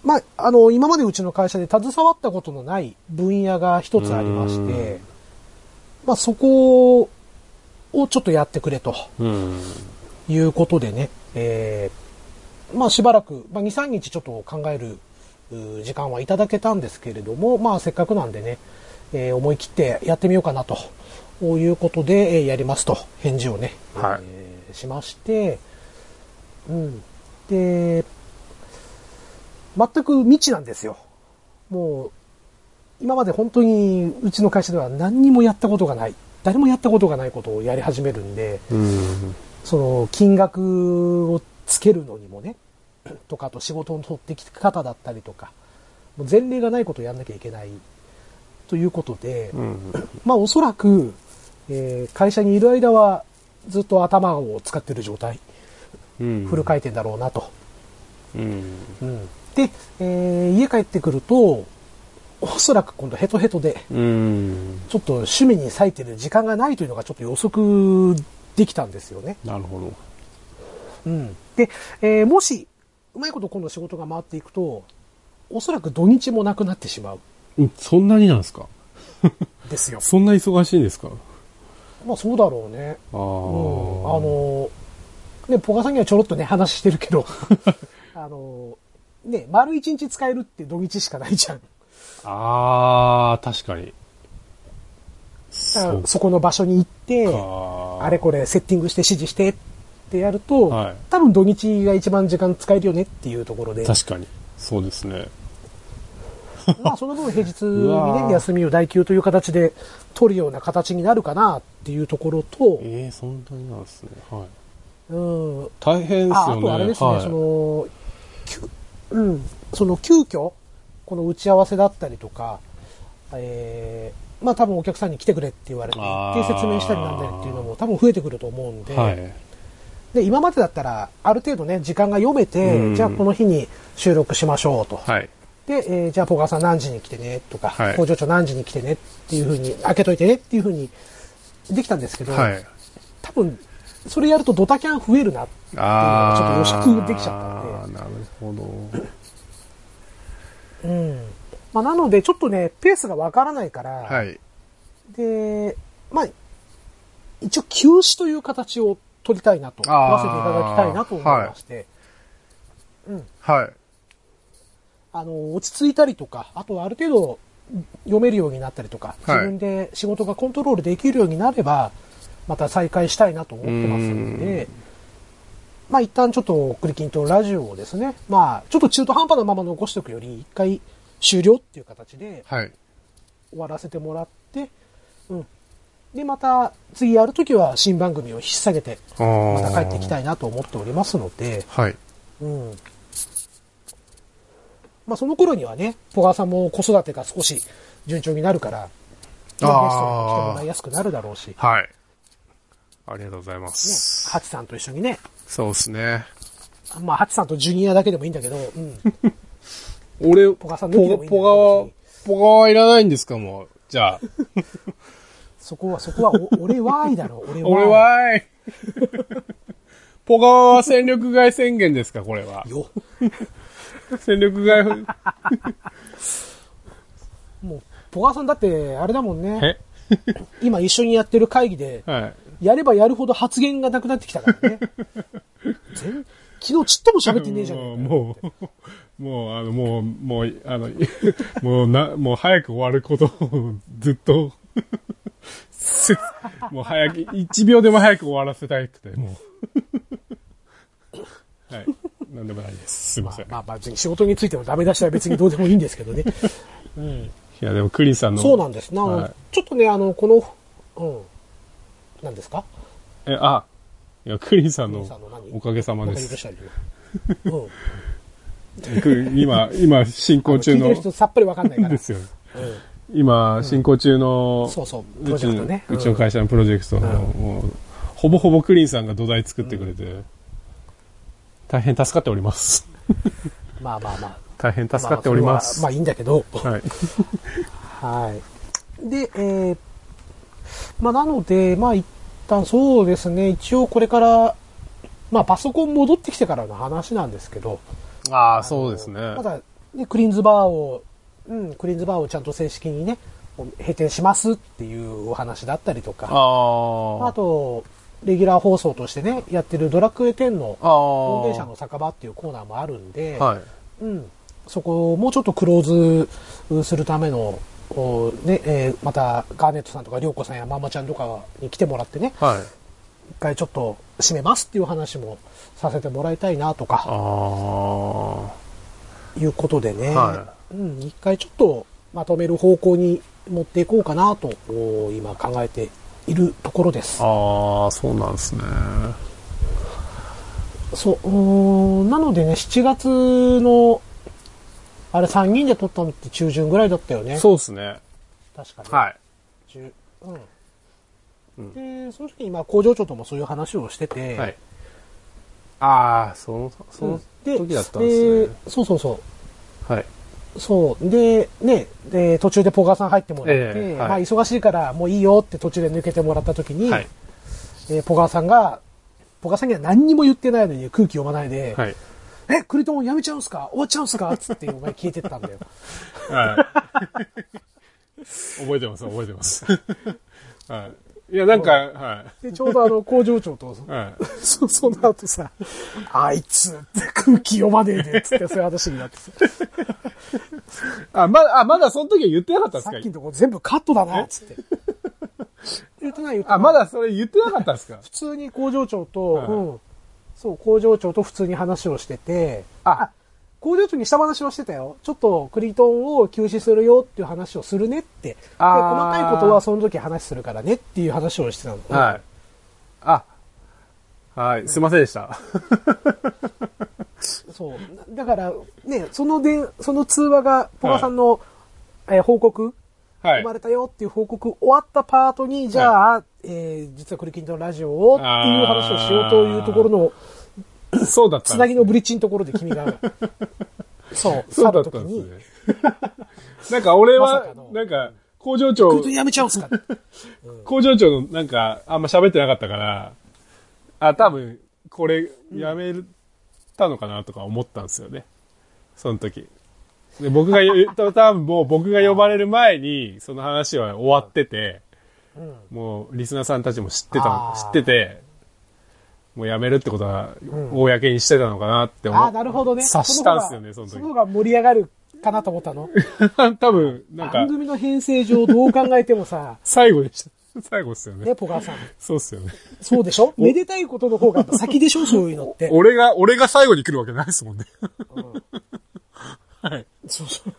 Speaker 1: まあ、あの、今までうちの会社で携わったことのない分野が一つありまし
Speaker 2: う
Speaker 1: て、まあ、そこをちょっとやってくれと
Speaker 2: うん。
Speaker 1: いうことでね、えーまあ、しばらく、まあ、2、3日ちょっと考えるう時間はいただけたんですけれども、まあ、せっかくなんでね、えー思い切ってやってみようかなということで、えーやりますと返事をね、
Speaker 2: はい
Speaker 1: えーしまして、うん。で、全く未知なんですよ。もう、今まで本当にうちの会社では何にもやったことがない、誰もやったことがないことをやり始めるんで、
Speaker 2: うん。
Speaker 1: その金額をつけるのにもね、 とか、あと仕事の取ってき方だったりとか、もう前例がないことをやんなきゃいけないということで、
Speaker 2: うん。
Speaker 1: まあおそらく、えー会社にいる間はずっと頭を使ってる状態、
Speaker 2: うん
Speaker 1: フル回転だろうなと。
Speaker 2: うん。
Speaker 1: うんで、えー家帰ってくると、おそらく今度ヘトヘトで、
Speaker 2: うん。
Speaker 1: ちょっと趣味に割いてる時間がないというのがちょっと予測できたんですよね。
Speaker 2: なるほど。
Speaker 1: うん、で、えーもし、うまいこと今度仕事が回っていくと、おそらく土日もなくなってしまう
Speaker 2: うん、そんなになんですか
Speaker 1: んですよ。
Speaker 2: そんな忙しいんですかあ
Speaker 1: まあそうだろうね。
Speaker 2: あ。あ
Speaker 1: うん、あのーね、ポカさんにはちょろっとね、話してるけ ど、あのーね、丸一日使えるって土日しかないじゃん。
Speaker 2: あー、確かに。
Speaker 1: だか
Speaker 2: そ
Speaker 1: らそこの場所に行って、
Speaker 2: か。
Speaker 1: あれこれセッティングして指示してってやると、
Speaker 2: はい
Speaker 1: 多分土日が一番時間使えるよねっていうところで、
Speaker 2: 確かに。そうですね。
Speaker 1: まあその分平日
Speaker 2: うわ
Speaker 1: に
Speaker 2: ー
Speaker 1: ね、休みを代休という形で取るような形になるかなっていうところと、
Speaker 2: ええそんなになんですね。はい。
Speaker 1: うん、
Speaker 2: 大変ですよね。
Speaker 1: ああとあれですね、
Speaker 2: はい、
Speaker 1: その、きゅうん、その急遽、この打ち合わせだったりとか、えー、まあ多分お客さんに来てくれって言われて、
Speaker 3: あ
Speaker 1: 行
Speaker 3: ー
Speaker 1: って説明したりなんだりっていうのも多分増えてくると思うんで、
Speaker 3: はい。
Speaker 1: で、今までだったら、ある程度ね、時間が読めて、
Speaker 3: うん
Speaker 1: じゃあこの日に収録しましょうと。
Speaker 3: はい。
Speaker 1: で、えーじゃあ、ポガさん何時に来てねとか、
Speaker 3: はい
Speaker 1: 工場長何時に来てねっていうふうに、開けといてねっていうふうにできたんですけど、
Speaker 3: はい。
Speaker 1: 多分、それやるとドタキャン増えるなっていうのがちょっと予
Speaker 3: ー
Speaker 1: 測できちゃったんで、
Speaker 3: なるほど。
Speaker 1: うんまあ、なので、ちょっとね、ペースがわからないから、
Speaker 3: はい。
Speaker 1: で、まあ、一応休止という形を取りたいなと、取
Speaker 3: あー
Speaker 1: らせていただきたいなと思いまして、
Speaker 3: はい。
Speaker 1: あの、落ち着いたりとか、あとある程度読めるようになったりとか、
Speaker 3: はい
Speaker 1: 自分で仕事がコントロールできるようになれば、また再開したいなと思ってますので、まあ一旦ちょっと、クリキンとラジオをですね、まあちょっと中途半端なまま残しておくより、一回終了っていう形で
Speaker 3: はい。
Speaker 1: 終わらせてもらって、うん。で、また次やるときは新番組を引っ提げて、ま
Speaker 3: ま
Speaker 1: た帰ってきたいなと思っておりますので、
Speaker 3: はい。
Speaker 1: うん。まあ、その頃にはね、小川さんも子育てが少し順調になるから、まあ
Speaker 3: あー
Speaker 1: ゲストに来てもらいやすくなるだろうし、ね、
Speaker 3: はい。ありがとうございます。
Speaker 1: ハチさんと一緒にね、
Speaker 3: そうですね。
Speaker 1: まあ、ハチさんとジュニアだけでもいいんだけど、うん。
Speaker 3: 俺、
Speaker 1: ポガさん抜きでもいいんだけど
Speaker 3: ポガは、ポガはいらないんですか、もう。じゃあ。
Speaker 1: そこは、そこは、 お俺は愛だろ、俺は。
Speaker 3: 俺はーい。 ポガは戦力外宣言ですか、これは。
Speaker 1: よ。
Speaker 3: 戦 力外。
Speaker 1: もう、小川さんだって、あれだもんね、
Speaker 3: え
Speaker 1: 今一緒にやってる会議で、
Speaker 3: はい。
Speaker 1: やればやるほど発言がなくなってきたからね。全昨日ちっとも喋ってねえじゃねえかよ
Speaker 3: もう、もう、あの、もう、もう、あの、 もうな、もう早く終わることをずっと、 せもう早く、一秒でも早く終わらせたくて、もう。 はい。なんでもないです。すいません。
Speaker 1: まあまあ、別に仕事についてもダメ出しは別にどうでもいいんですけどね。うん、
Speaker 3: いや、でも、クリンさんの、
Speaker 1: そうなんです。な、
Speaker 3: はい
Speaker 1: ちょっとね、あの、この、うん、なんですか
Speaker 3: え、あ、いや、クリンさ
Speaker 1: ク
Speaker 3: ん
Speaker 1: リ
Speaker 3: の
Speaker 1: ンさんの何
Speaker 3: おかげさま
Speaker 1: わ
Speaker 3: で
Speaker 1: かりまし
Speaker 3: す。
Speaker 1: たよ。うん。
Speaker 3: ク今、今、進行中
Speaker 1: 聞いて
Speaker 3: の
Speaker 1: る、人さっぱりわかんないから。
Speaker 3: ですよ。
Speaker 1: うん
Speaker 3: 今、進行中の、
Speaker 1: そうそう、プ
Speaker 3: う
Speaker 1: ロジ
Speaker 3: ち
Speaker 1: ェ
Speaker 3: の
Speaker 1: クトね。
Speaker 3: うちの会社のプロジェクトの、もうほぼほぼクリーンさんが土台作ってくれて、大変助かっております。
Speaker 1: うんまあまあまあ。
Speaker 3: 大変助かっておりま
Speaker 1: あ
Speaker 3: す。
Speaker 1: まあ、いいんだけど。
Speaker 3: はい。
Speaker 1: はい。で、えー、まあ、なので、まあ、一旦そうですね、一応これから、まあ、パソコン戻ってきてからの話なんですけど、
Speaker 3: ああ、そうですね。
Speaker 1: まだ、ね、クリーンズバーを、うん、クリーンズバーをちゃんと正式にね、閉店しますっていうお話だったりとか、あ
Speaker 3: ああ。
Speaker 1: と、レギュラー放送としてね、やってるドラクエ10の
Speaker 3: ああ。
Speaker 1: 高齢者の酒場っていうコーナーもあるんで、
Speaker 3: はい。
Speaker 1: うん、そこをもうちょっとクローズするための、こうねえーまたガーネットさんとか涼子さんやママちゃんとかに来てもらってね、
Speaker 3: はい。
Speaker 1: 一回ちょっと締めますっていう話もさせてもらいたいなと
Speaker 3: あ
Speaker 1: か、
Speaker 3: あ。は
Speaker 1: いうことでね、
Speaker 3: は
Speaker 1: うん、一回ちょっとまとめる方向に持っていこうかなと、お今考えているところです。
Speaker 3: ああ、そうなんですね。
Speaker 1: そう、うーんなのでね、7月の、あれ3人で撮ったのって中旬ぐらいだったよね。
Speaker 3: そうですね。
Speaker 1: 確かに。
Speaker 3: はい。
Speaker 1: 中うん。で、その時に、まあ、工場長ともそういう話をしてて、
Speaker 3: はい。ああ、その、その時だったんですね。
Speaker 1: でそうそうそう。
Speaker 3: はい。
Speaker 1: そう。で、ね、で途中でポガさん入ってもらって、
Speaker 3: ええはい
Speaker 1: まあ、忙しいからもういいよって途中で抜けてもらった時に、
Speaker 3: はい。
Speaker 1: えーポガさんが、ポガさんには何にも言ってないのに空気読まないで、
Speaker 3: はい。
Speaker 1: え、クリトンやめちゃうんすか終わっちゃうんすかつってお前聞いてったんだよ。
Speaker 3: はい。 覚えてます、覚えてます。 はい。いや、なんか、は
Speaker 1: で、ちょうどあの、工場長と、
Speaker 3: い。は
Speaker 1: そ、その後さ、あいつって空気読まねえで、つってそういう話になってさ、
Speaker 3: い。あ、まだ、あ、まだその時は言ってなかった
Speaker 1: さっ
Speaker 3: ん
Speaker 1: きの
Speaker 3: ですか
Speaker 1: とこ全部カットだな、 つって。言ってない言ってない。
Speaker 3: あ、まだそれ言ってなかったんですか
Speaker 1: 普通に工場長と、
Speaker 3: はい
Speaker 1: うん。そう、工場長と普通に話をしてて、
Speaker 3: あ、
Speaker 1: 工場長に下話をしてたよ。ちょっとクリトンを休止するよっていう話をするねって。で
Speaker 3: あー
Speaker 1: 細かいことはその時話するからねっていう話をしてたの。
Speaker 3: はい。あ、はい、すいませんでした。
Speaker 1: そう。だから、ね、そので、その通話が、ポカさんの、えー報告、
Speaker 3: は
Speaker 1: 生
Speaker 3: い
Speaker 1: ま。れたよっていう報告終わったパートに、じゃあ、えー実はクリキントのラジオをっていう話をしようというところの、
Speaker 3: そうだったんですね。
Speaker 1: つなぎのブリッジのところで君が、そう、 去
Speaker 3: そうだ
Speaker 1: る
Speaker 3: っ
Speaker 1: とき
Speaker 3: たんです
Speaker 1: に、
Speaker 3: ね。 なんか俺
Speaker 1: まさ
Speaker 3: は
Speaker 1: かの、
Speaker 3: なんか、工場長
Speaker 1: 本、当にやめちゃうんすか
Speaker 3: 工場長のなんか、あんま喋ってなかったから、あ、多分、これ、やめたのかなとか思ったんですよね。その時。で僕が、 え多分もう僕が呼ばれる前に、その話は終わってて、もう、リスナーさんたちも知ってた
Speaker 1: あ、ー
Speaker 3: 知ってて、もうやめるってことは、公にしてたのかなって思
Speaker 1: ああ、
Speaker 3: っ
Speaker 1: なるほどね。
Speaker 3: 察したんすよねその時
Speaker 1: その方が盛り上がるかなと思ったの。
Speaker 3: 多分、なんか、
Speaker 1: 番、組の編成上どう考えてもさ
Speaker 3: 最後でした。 最後っすよね
Speaker 1: ね、。ポカさん。
Speaker 3: そうっすよね。
Speaker 1: そうでしょめでたいことの方が先 でしょそういうのって。
Speaker 3: 俺が、俺が最後に来るわけないですもんね。はい。
Speaker 1: そうそう。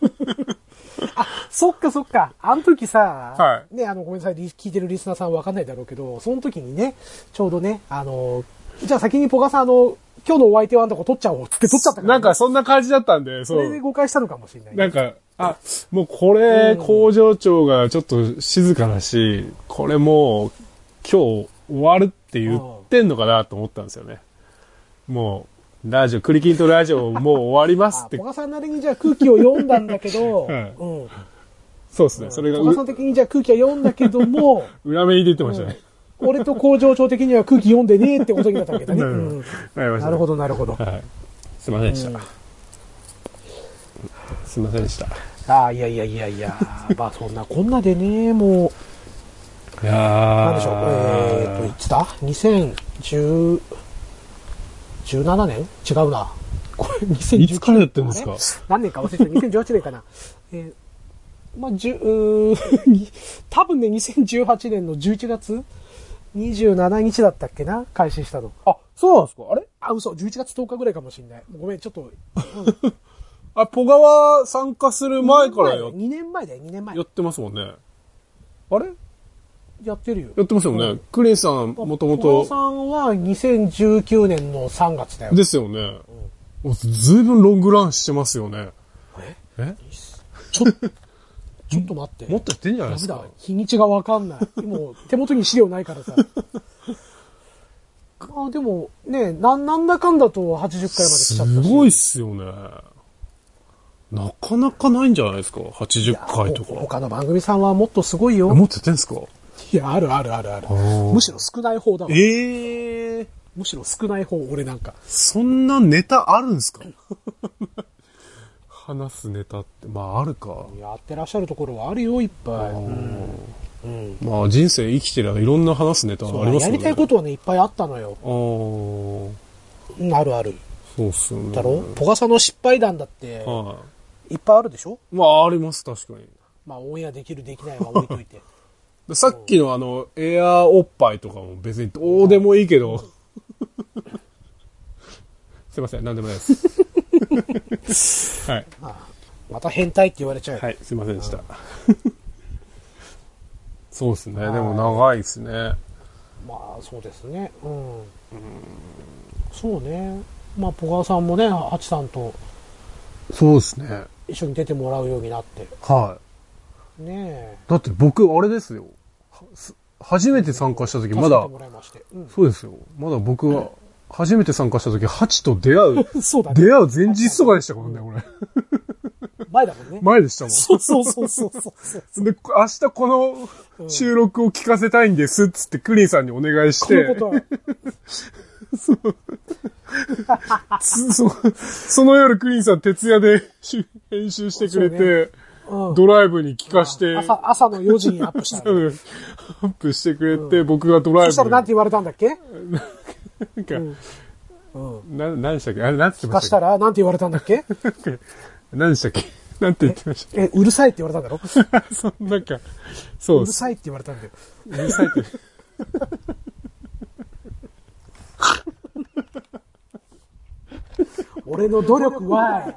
Speaker 1: あ、そっかそっか。あの時さ、
Speaker 3: は
Speaker 1: ね、あの、ごめんなさい、リ聞いてるリスナーさんわかんないだろうけど、その時にね、ちょうどね、あの、じゃあ先にポカさん、あの、今日のお相手はあんたこ取っちゃおうっつって取っちゃったから、
Speaker 3: なんか、そんな感じだったんで、
Speaker 1: そ
Speaker 3: そ
Speaker 1: れで
Speaker 3: う。
Speaker 1: 誤解したのかもしれない。
Speaker 3: なんか、あ、もうこれ、工場長がちょっと静かだし、これもう、今日終わるって言ってんのかなと思ったんですよね。もう、ラジオ、クリキンとラジオもう終わります
Speaker 1: あ
Speaker 3: って
Speaker 1: ポ。カさんなりにじゃあ空気を読んだんだけど、
Speaker 3: はい
Speaker 1: うん。
Speaker 3: そうですね。それが
Speaker 1: ポカさん
Speaker 3: う、
Speaker 1: 的にじゃあ空気は読んだけど も、
Speaker 3: 裏目に出てましたね。
Speaker 1: 俺と工場長的には空気読んでねえってことになったわけだね。
Speaker 3: なるほど
Speaker 1: うん
Speaker 3: わかりました
Speaker 1: なるほど、なるほど。
Speaker 3: はい。すいませんでした。すいませんでした。
Speaker 1: ああ、いやいやいやいや、まあそんなこんなでね、もう、
Speaker 3: いや
Speaker 1: なんでしょう、えー、っと、いつだ ?2017 年違うな。これ、2019
Speaker 3: いつからやってるんですか
Speaker 1: 何年か忘れてた。2018年かな。えー、まあ、じゅ、うーん 多分ね、2018年の11月27日だったっけな開始したの。
Speaker 3: あ、そうなんですかあれ
Speaker 1: あ、嘘、11月10日ぐらいかもしんない。ごめん、ちょっと。
Speaker 3: あ、ポガワ参加する前からや
Speaker 1: 2年前だよ、2年前
Speaker 3: や。ってますもんね。あれ
Speaker 1: やってるよ。
Speaker 3: やってますよね。クリンさん、もとも
Speaker 1: 小野さ
Speaker 3: と。
Speaker 1: んは2019年の3月だよ。
Speaker 3: ですよね。おずいぶんロングランしてますよね。
Speaker 1: え
Speaker 3: え
Speaker 1: ちょっと、 ちょっと待って。
Speaker 3: もっとやってんじゃな
Speaker 1: ダ
Speaker 3: いで
Speaker 1: メ
Speaker 3: す
Speaker 1: だ
Speaker 3: か。
Speaker 1: 日にちがわかんない。もう、手元に資料ない からさ。あでも、ねなん、なんだかんだと80回まで来ちゃったし。
Speaker 3: すごいっすよね。なかなかないんじゃないですか。80回と
Speaker 1: ほ
Speaker 3: か。
Speaker 1: 他の番組さんはもっとすごいよ。
Speaker 3: もっとやってんすか
Speaker 1: いや、あるあるあるある。
Speaker 3: ー
Speaker 1: むしろ少ない方だわ。
Speaker 3: ええー、
Speaker 1: むしろ少ない方、俺なんか。
Speaker 3: そんなネタあるんすか話すネタって、まああるか。
Speaker 1: やってらっしゃるところはあるよ、いっぱい。うん。うん。
Speaker 3: まあ人生生きてりゃいろんな話すネタありますよね。
Speaker 1: やりたいことはね、いっぱいあったのよ。
Speaker 3: あー
Speaker 1: うんあるある。
Speaker 3: そうっすよね。
Speaker 1: だろ、ポガサの失敗談だって、
Speaker 3: はい
Speaker 1: っぱいあるでしょ
Speaker 3: い。まあ、あります、確かに。
Speaker 1: まあ、オンエアできる、できないは置いといて。
Speaker 3: でさっきのあの、エアーおっぱいとかも別にどうでもいいけど。 すいません、なんでもないです。はい。
Speaker 1: また変態って言われちゃうよ。
Speaker 3: はい、すいませんでした。そうですね。でも長いですね。
Speaker 1: まあ、そうですね。うん。そうね。まあ、ポガさんもね、ハチさんと
Speaker 3: そうですね。
Speaker 1: 一緒に出てもらうようになって。
Speaker 3: はい。
Speaker 1: ねえ。
Speaker 3: だって僕、あれですよ。はす初めて参加した時、ま
Speaker 1: 助け
Speaker 3: だ
Speaker 1: て、もらいまして。うん。
Speaker 3: そうですよ。まだ僕は、初めて参加した時、ハチと出 会う、
Speaker 1: そうだね。
Speaker 3: 出会う前日とかでしたからね、これ。
Speaker 1: 前だもんね。
Speaker 3: 前でしたも
Speaker 1: そうそうそうそうそうそう。
Speaker 3: ん。で、明日この収録を聞かせたいんです、つってクリンさんにお願いし
Speaker 1: こ
Speaker 3: て、
Speaker 1: のことは。
Speaker 3: つそ その夜クリンさん徹夜で し編集してくれて、
Speaker 1: うん
Speaker 3: ドライブに聞かして、
Speaker 1: 朝、朝の4時にアップした
Speaker 3: う
Speaker 1: の。
Speaker 3: んアップしてくれて、僕がドライ
Speaker 1: そ
Speaker 3: ブ
Speaker 1: したら
Speaker 3: で
Speaker 1: なんて言われたんだっけ
Speaker 3: なんか、
Speaker 1: うん。
Speaker 3: な、何でしたっけあれ、何て言ってま
Speaker 1: 出
Speaker 3: し
Speaker 1: したた
Speaker 3: っ
Speaker 1: らなんて言われたんだっけ
Speaker 3: け何でしたっけ なんて言ってまし
Speaker 1: え、うるさいって言われたんだろ
Speaker 3: た そんなんか、そうう
Speaker 1: る、さいって言われたんだよ。
Speaker 3: うるさいって。
Speaker 1: 俺の努力は、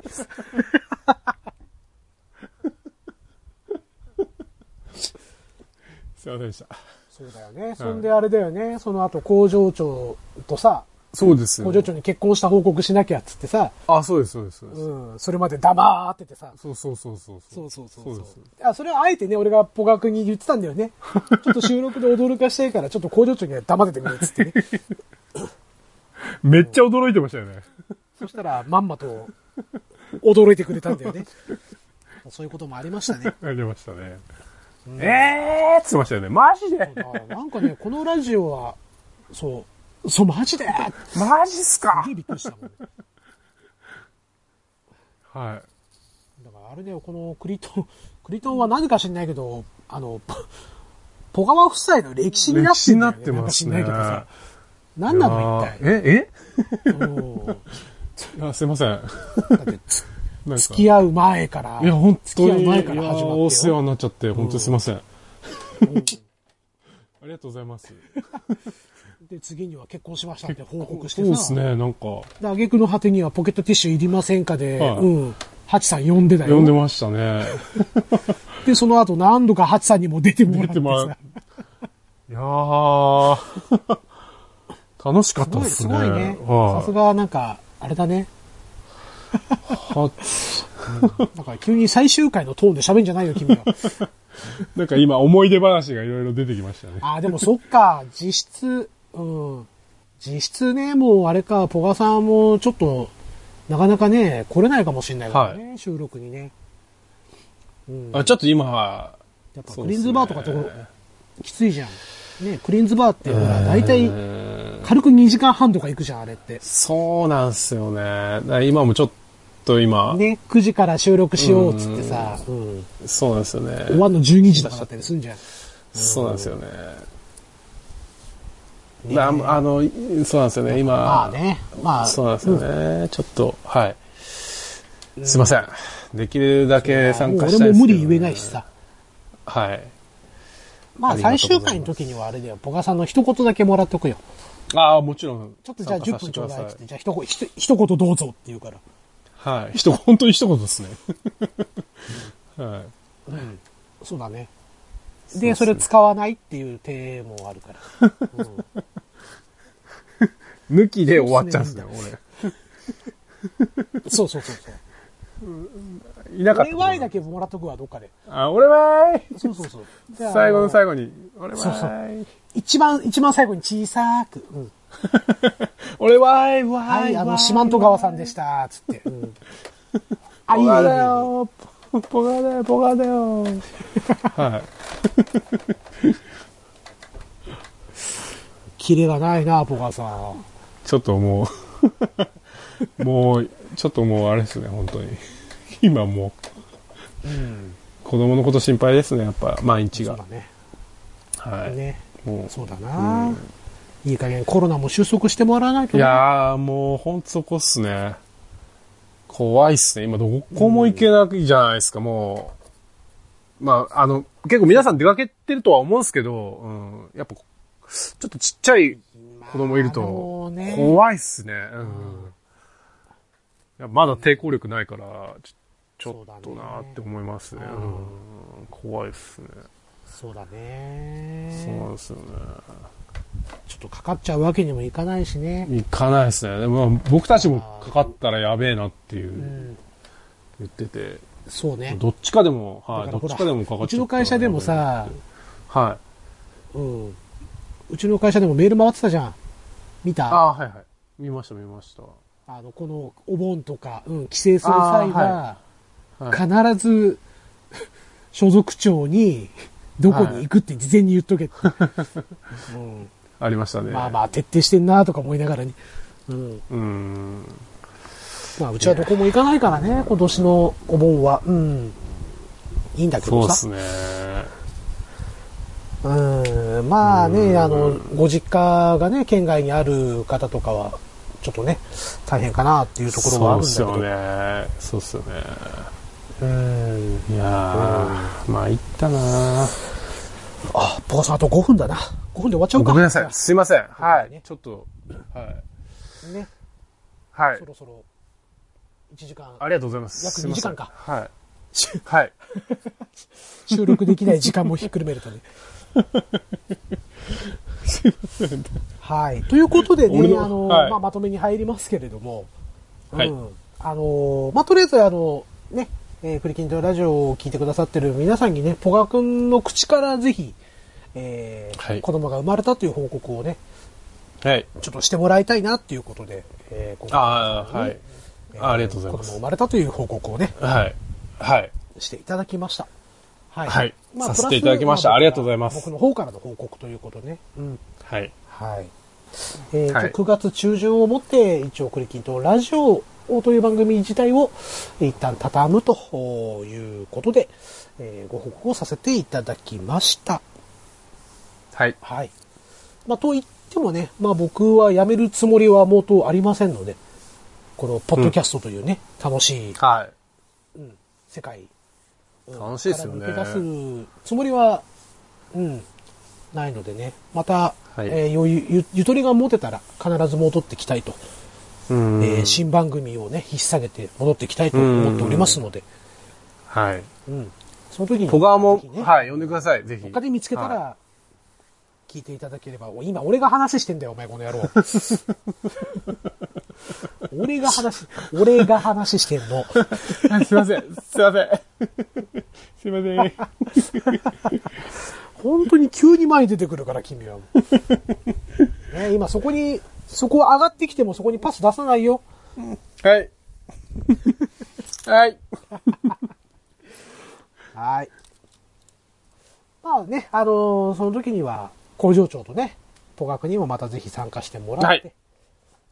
Speaker 3: すいませんでした。
Speaker 1: そうだよね。そんであれだよね。その後工場長とさ、
Speaker 3: そうですよ
Speaker 1: 工場長に結婚した報告しなきゃっつってさ、
Speaker 3: あ、そうです、そうです。そうです
Speaker 1: うん、それまで黙っててさ、
Speaker 3: そうそうそうそう。
Speaker 1: そうそうそう
Speaker 3: そ
Speaker 1: そ
Speaker 3: うで
Speaker 1: う
Speaker 3: す。
Speaker 1: あ、それはあえてね、俺がポガ君に言ってたんだよ ね。ちょっと収録で驚かしたいから、ちょっと工場長には黙っててくれっつって ね。
Speaker 3: めっちゃ驚いてましたよね。
Speaker 1: そしたら、まんまと驚いてくれたんだよね。そういうこともありましたね。
Speaker 3: ありましたね。えーっつってましたよね。マジで
Speaker 1: あなんかね、このラジオは、そう、そう、マジでって
Speaker 3: マジっすか
Speaker 1: すげえびっくりしたもん。だ
Speaker 3: は
Speaker 1: か
Speaker 3: い。
Speaker 1: らあれだよ、このクリトン、クリトンは何か知んないけど、あの、ポポガワ夫妻の歴史になっ
Speaker 3: 歴
Speaker 1: て
Speaker 3: 史
Speaker 1: ん
Speaker 3: に
Speaker 1: だ
Speaker 3: な
Speaker 1: よ
Speaker 3: ってますね。
Speaker 1: なんか知んないけどさ。何なの一
Speaker 3: いやーえ
Speaker 1: 体。うん
Speaker 3: えあすいません。なん
Speaker 1: だってつ
Speaker 3: か
Speaker 1: 付き合う前から。
Speaker 3: いや、本当
Speaker 1: 付き合う
Speaker 3: に、
Speaker 1: 前から始まって
Speaker 3: い
Speaker 1: よ
Speaker 3: やお世話になっちゃって、本当にすいません。ありがとうございます。
Speaker 1: で、次には結婚しましたって報告してさ。
Speaker 3: そうですね、なんか、
Speaker 1: で、挙句の果てにはポケットティッシュいりませんかで、
Speaker 3: はい
Speaker 1: うん。ハチさん呼んでたよ。
Speaker 3: 呼んでました ね。
Speaker 1: で、その後何度かハチさんにも出てもら
Speaker 3: 出
Speaker 1: って
Speaker 3: て
Speaker 1: さ。
Speaker 3: もらう。いやー、楽しかっ
Speaker 1: す
Speaker 3: た
Speaker 1: ご
Speaker 3: で
Speaker 1: い、
Speaker 3: す
Speaker 1: す
Speaker 3: ね。
Speaker 1: ごいね。さ
Speaker 3: は
Speaker 1: すが、なんか、あれだね。
Speaker 3: いは
Speaker 1: なんか急に最終回のトーンで喋んじゃないよ、 君は。
Speaker 3: なんか今、思い出話がいろいろ出てきましたね。
Speaker 1: ああ、でもそっか、実質、うん。実質ね、もうあれか、ポガさんもちょっと、なかなかね、来れないかもしれないからね、収録にね。うん。
Speaker 3: あちょっと今は、
Speaker 1: やっぱ
Speaker 3: そう
Speaker 1: ク
Speaker 3: で
Speaker 1: リー
Speaker 3: す
Speaker 1: ン
Speaker 3: ね
Speaker 1: ズバーとかってほらきついじゃん。ね、クリーンズバーってほら、大体
Speaker 3: うーん
Speaker 1: 軽く2時間半とか行くじゃん、あれって。
Speaker 3: そうなんすよね。だから今もちょっと今、
Speaker 1: ね、9時から収録しようっつってさ、うん。
Speaker 3: そうなんですよね。
Speaker 1: 終わんの12時とかだったりすんじゃん。
Speaker 3: そうなんですよね。なあの、そうなんですよね、今。
Speaker 1: まあね、まあ、
Speaker 3: そうなんですよね。ちょっと、はい。すいません。できるだけ参
Speaker 1: もう
Speaker 3: 加
Speaker 1: 俺
Speaker 3: したいです
Speaker 1: も無
Speaker 3: けどね
Speaker 1: 理言えないし。さ。
Speaker 3: はい。
Speaker 1: まあ
Speaker 3: ありがと
Speaker 1: 最
Speaker 3: うご
Speaker 1: 終
Speaker 3: ざいます
Speaker 1: 回の時にはあれだよ、ポガさんの一言だけもらっとくよ。
Speaker 3: ああ、もちろん。
Speaker 1: ちょっとじゃあ
Speaker 3: 参加
Speaker 1: 10
Speaker 3: させ
Speaker 1: 分ち
Speaker 3: てく
Speaker 1: ょうだ
Speaker 3: ださ
Speaker 1: いっつって、じゃあ一言、一一言どうぞって言うから。
Speaker 3: はい。一言、本当に一言ですね。 はい。
Speaker 1: うん。そうだね。で、それ使わないっていう手もあるから。うん
Speaker 3: 抜き で終わっちゃうんですね、
Speaker 1: そうそうそうそう。
Speaker 3: 俺。いなかっ
Speaker 1: 俺
Speaker 3: た。
Speaker 1: ワイだけもらっとくわ、どっかで。
Speaker 3: あ、俺はーい
Speaker 1: そうそうそう。じゃあ
Speaker 3: 最後の最後に、俺は
Speaker 1: そうそ
Speaker 3: ーい。
Speaker 1: 一番、一番最後に小さく。うん
Speaker 3: 俺はーい、わーい。
Speaker 1: はい、あ
Speaker 3: わー
Speaker 1: の、
Speaker 3: い
Speaker 1: 四万十川さんでした、つって。 うんあ、いいね、
Speaker 3: ポ
Speaker 1: い
Speaker 3: ガ
Speaker 1: いね
Speaker 3: だ。よポポガだよ、ポガだよ。はい。
Speaker 1: キレがないな、ポカさん。
Speaker 3: ちょっともう、 もう、ちょっともうあれですね、本当に。今もう、子供のこと心配ですね、やっぱ、毎日
Speaker 1: そう
Speaker 3: が
Speaker 1: だ。ね。
Speaker 3: はい。
Speaker 1: ね。
Speaker 3: も
Speaker 1: そうだな。いい加減コロナも収束してもらわないと
Speaker 3: う。い
Speaker 1: ね。
Speaker 3: やー、もう、ほんとそこっすね。怖いっすね。今、どこも行けないじゃないですか、もう。まあ、あの、結構皆さん出かけてるとは思うんですけど、うん。やっぱ、ちょっとちっちゃい子供いる
Speaker 1: まあもう
Speaker 3: と
Speaker 1: ね、
Speaker 3: 怖いっすね。うん。いやまだ抵抗力ないから、ちょちょっとなーって思いますね。
Speaker 1: そうだね
Speaker 3: うん怖いっすね。
Speaker 1: そうだ
Speaker 3: そうなん
Speaker 1: ね。
Speaker 3: ですよね。
Speaker 1: ちょっとかかっちゃうわけにもいかないしね。。
Speaker 3: 行かないですね。でも僕たちもかかったらやべえなっていううん言ってて、
Speaker 1: そうね。
Speaker 3: どっちかでも、はい、
Speaker 1: だ
Speaker 3: ど
Speaker 1: らほ
Speaker 3: っ
Speaker 1: ら
Speaker 3: ちかでもかかっ
Speaker 1: う
Speaker 3: ち
Speaker 1: ち
Speaker 3: ゃ
Speaker 1: の会社でも、さ、
Speaker 3: はい。
Speaker 1: うん。うちの会社でもメール回ってたじゃん。見
Speaker 3: あ
Speaker 1: たあ
Speaker 3: ーはいはい。見ました見ました。
Speaker 1: の、このお盆とか、うん、帰省する際は、
Speaker 3: はい
Speaker 1: 必ず、 所属長に、どこに行くって事前に言っとけって。うん
Speaker 3: ありま したね。
Speaker 1: まあまあ、徹底してんなとか思いながらに。うん。
Speaker 3: うん。
Speaker 1: まあ、うちはどこも行かないからね、今年のお盆は。うん。いいんだけ
Speaker 3: そう
Speaker 1: ど
Speaker 3: で
Speaker 1: さ。
Speaker 3: すね。
Speaker 1: うん。まあね、あの、ご実家がね、県外にある方とかは、ちょっとね、大変かなっていうところはあるんだけど。
Speaker 3: そうっすよね。そうっすよね。
Speaker 1: うん。
Speaker 3: いやー、まあ、いったなー
Speaker 1: あ、ポカさんあと5分だな。5分で終わっちゃうか。
Speaker 3: ごめん なさい。すいません。は
Speaker 1: ね
Speaker 3: い。ちょっと、はい。
Speaker 1: い。ね。
Speaker 3: はい
Speaker 1: そ。ろそろ、1時間。
Speaker 3: ありがとうございます。
Speaker 1: 約
Speaker 3: すいません
Speaker 1: 2時間か
Speaker 3: はい。 はい。
Speaker 1: 収 録できない時間もひっくるめるとね。はい。ということでね、
Speaker 3: 俺の
Speaker 1: あの、
Speaker 3: はい
Speaker 1: まあ、まとめに入りますけれども、
Speaker 2: はい
Speaker 1: うん。あの、まあ、とりあえず、あの、ね、えー、クリキントラジオを聞いてくださってる皆さんにね、ポガ君の口からぜひ、えー
Speaker 2: はい
Speaker 1: 子供が生まれたという報告をね、
Speaker 2: はい。
Speaker 1: ちょっとしてもらいたいなっていうことで、えー今回
Speaker 2: ああ、はい。
Speaker 1: え
Speaker 2: あありがとうございます
Speaker 1: 子供生まれたという報告をね、
Speaker 2: はい。はい。
Speaker 1: していただきました。は
Speaker 2: はいさせて
Speaker 1: プラス
Speaker 2: いただきました
Speaker 1: 僕
Speaker 2: ありがとうございます
Speaker 1: 僕の方からの報告ということね。うん。
Speaker 2: はい。
Speaker 1: はい。えー
Speaker 2: はい
Speaker 1: 9月中旬をもって、一応、クリキンとラジオという番組自体を一旦畳むということで、えーご報告をさせていただきました。
Speaker 2: はい。
Speaker 1: はい。まあ、と言ってもね、まあ僕は辞めるつもりはもうとありませんので、このポッドキャストというね、楽しい
Speaker 2: はい。
Speaker 1: 世界うん
Speaker 2: 楽しいですよね
Speaker 1: から抜け出すつもりは、うん、ないのでね。また、
Speaker 2: はい
Speaker 1: えー余裕ゆ、ゆとりが持てたら必ず戻ってきたいと。
Speaker 2: うん
Speaker 1: えー新番組をね、引っ提げて戻ってきたいと思っておりますので。
Speaker 2: はい。
Speaker 1: うん。その時に。
Speaker 2: 小川も
Speaker 1: ぜひ、ね
Speaker 2: はい、呼んでください、ぜひ。
Speaker 1: 他で見つけた
Speaker 2: は
Speaker 1: ら、聞いていただければ、お今俺が話してんだよ、お前この野 郎。俺が話、俺が話してんの。
Speaker 2: い、すいません、すいません。
Speaker 3: すいません。
Speaker 1: 本当に急に前に出てくるから、君は。 ね、今そこに、そこ上がってきてもそこにパス出さないよ。
Speaker 2: はい。はい。
Speaker 1: はい。まあね、あのーその時には、工場長とね、ポガクにもまたぜひ参加してもらって、
Speaker 2: はい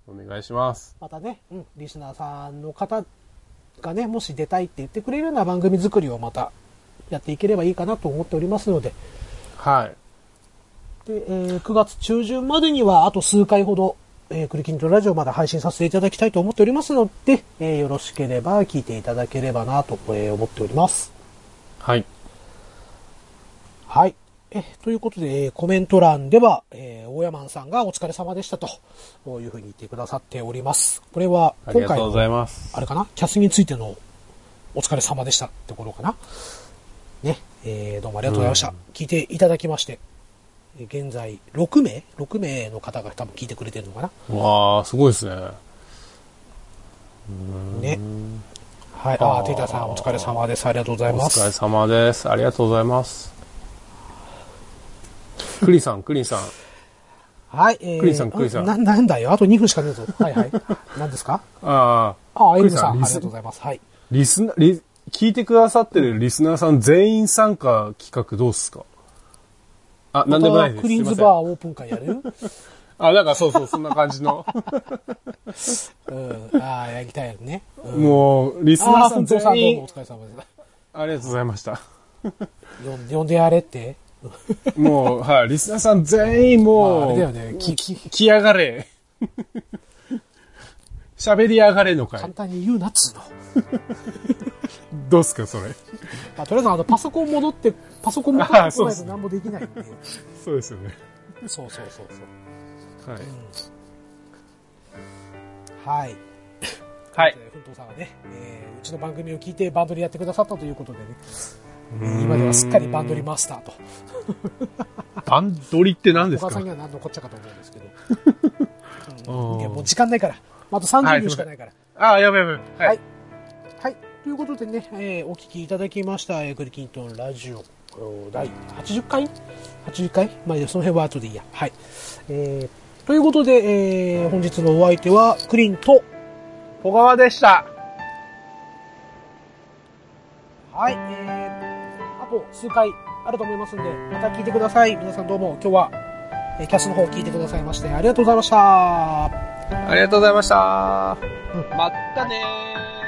Speaker 2: お願いします。
Speaker 1: またね、うん、リスナーさんの方がね、もし出たいって言ってくれるような番組作りをまたやっていければいいかなと思っておりますので、
Speaker 2: はい。
Speaker 1: で、えー9月中旬までにはあと数回ほど、えー、クリキントラジオまだ配信させていただきたいと思っておりますので、えーよろしければ聞いていただければなと、えー思っております。
Speaker 2: はい。
Speaker 1: はい。え、ということで、えーコメント欄では、えー大山さんがお疲れ様でしたと、こういうふうに言ってくださっております。これは、
Speaker 2: あり
Speaker 1: 今
Speaker 2: が
Speaker 1: 回
Speaker 2: とう
Speaker 1: の
Speaker 2: ございます。
Speaker 1: あれかなキャスについてのお疲れ様でしたってことかなね、えーどうもありがとうございました。聞いていただきまして、えー現在6名 ?6 名の方が多分聞いてくれてるのかな、
Speaker 2: わー、すごいですね。
Speaker 1: ね。はい。ああ、テイタさんお疲れ様です。ありがとうござい
Speaker 2: お
Speaker 1: ます。
Speaker 2: 疲れ様です。ありがとうございます。クリさん、クリさん。
Speaker 1: はい。えー
Speaker 2: クリンさんクリンさん
Speaker 1: な、なんだよ。あと2分しかねえぞ。はいはい。 何ですか
Speaker 2: ああ、
Speaker 1: ああ、エル
Speaker 2: クリン
Speaker 1: ム
Speaker 2: さ
Speaker 1: さ
Speaker 2: ん
Speaker 1: ん、あり
Speaker 2: リ
Speaker 1: が
Speaker 2: ス
Speaker 1: とうございます。はい。
Speaker 2: リスナリ、聞いてくださってるリスナーさん全員参加企画どうっすかあ、なんでもない
Speaker 1: ます
Speaker 2: で。
Speaker 1: たクリーンズ
Speaker 2: すいま
Speaker 1: バーオープン会やる
Speaker 2: せんあ、なんかそうそう、そんな感 じの。
Speaker 1: うん。ああ、やりたいやつね。うん、
Speaker 2: もう、リス
Speaker 1: ああ、
Speaker 2: ナーさん
Speaker 1: 本当さん
Speaker 2: 全
Speaker 1: どうもお
Speaker 2: 員、
Speaker 1: 疲れ様です。
Speaker 2: ありがとうございました。
Speaker 1: よん呼んでやれって。
Speaker 2: もう、はい、リスナーさん全員
Speaker 1: まああ
Speaker 2: も
Speaker 1: れ
Speaker 2: う、
Speaker 1: だよね
Speaker 2: き、き、きやがれ。 喋りやがれの
Speaker 1: 簡
Speaker 2: 会。
Speaker 1: 単に言うなっつうの。
Speaker 2: どうっすか、それ。
Speaker 1: まあ、とりあえずあのパソコン戻って、パソコン戻って
Speaker 2: ああ
Speaker 1: こ
Speaker 2: そう
Speaker 1: ない
Speaker 2: で
Speaker 1: と
Speaker 2: すね
Speaker 1: 何もできないん で。
Speaker 3: そうですよね。
Speaker 1: そうそうそうそう。
Speaker 2: はい。
Speaker 1: はい。
Speaker 2: はい。
Speaker 1: ふんとうさんがね、えーうちの番組を聞いてバンドリやってくださったということでね、えー今ではすっかりバンドリマスターと。
Speaker 2: バンドリって何です
Speaker 1: 小川さ
Speaker 2: か
Speaker 1: んには何のこっちゃかと思うん ですけど。
Speaker 2: あ
Speaker 1: いや、もう
Speaker 2: ー
Speaker 1: 時間ないから。あと30秒しかないから。
Speaker 2: あー、やべやべ。
Speaker 1: は
Speaker 2: はいい。
Speaker 1: はい。ということでね、えーお聞きいただきました、えー、クリキントンラジオ、お第80回 ?80 回まあ、その辺は後でいいや。はい。えーということで、えー本日のお相手は、クリンと、
Speaker 2: 小川でした。
Speaker 1: はい、えー、あと数回あると思いますんで、また聞いてください。皆さんどうも、今日は、えーキャスの方聞いてくださいまして、ありがとうございました。
Speaker 2: ありがとうございました。
Speaker 1: うん
Speaker 2: まったねー。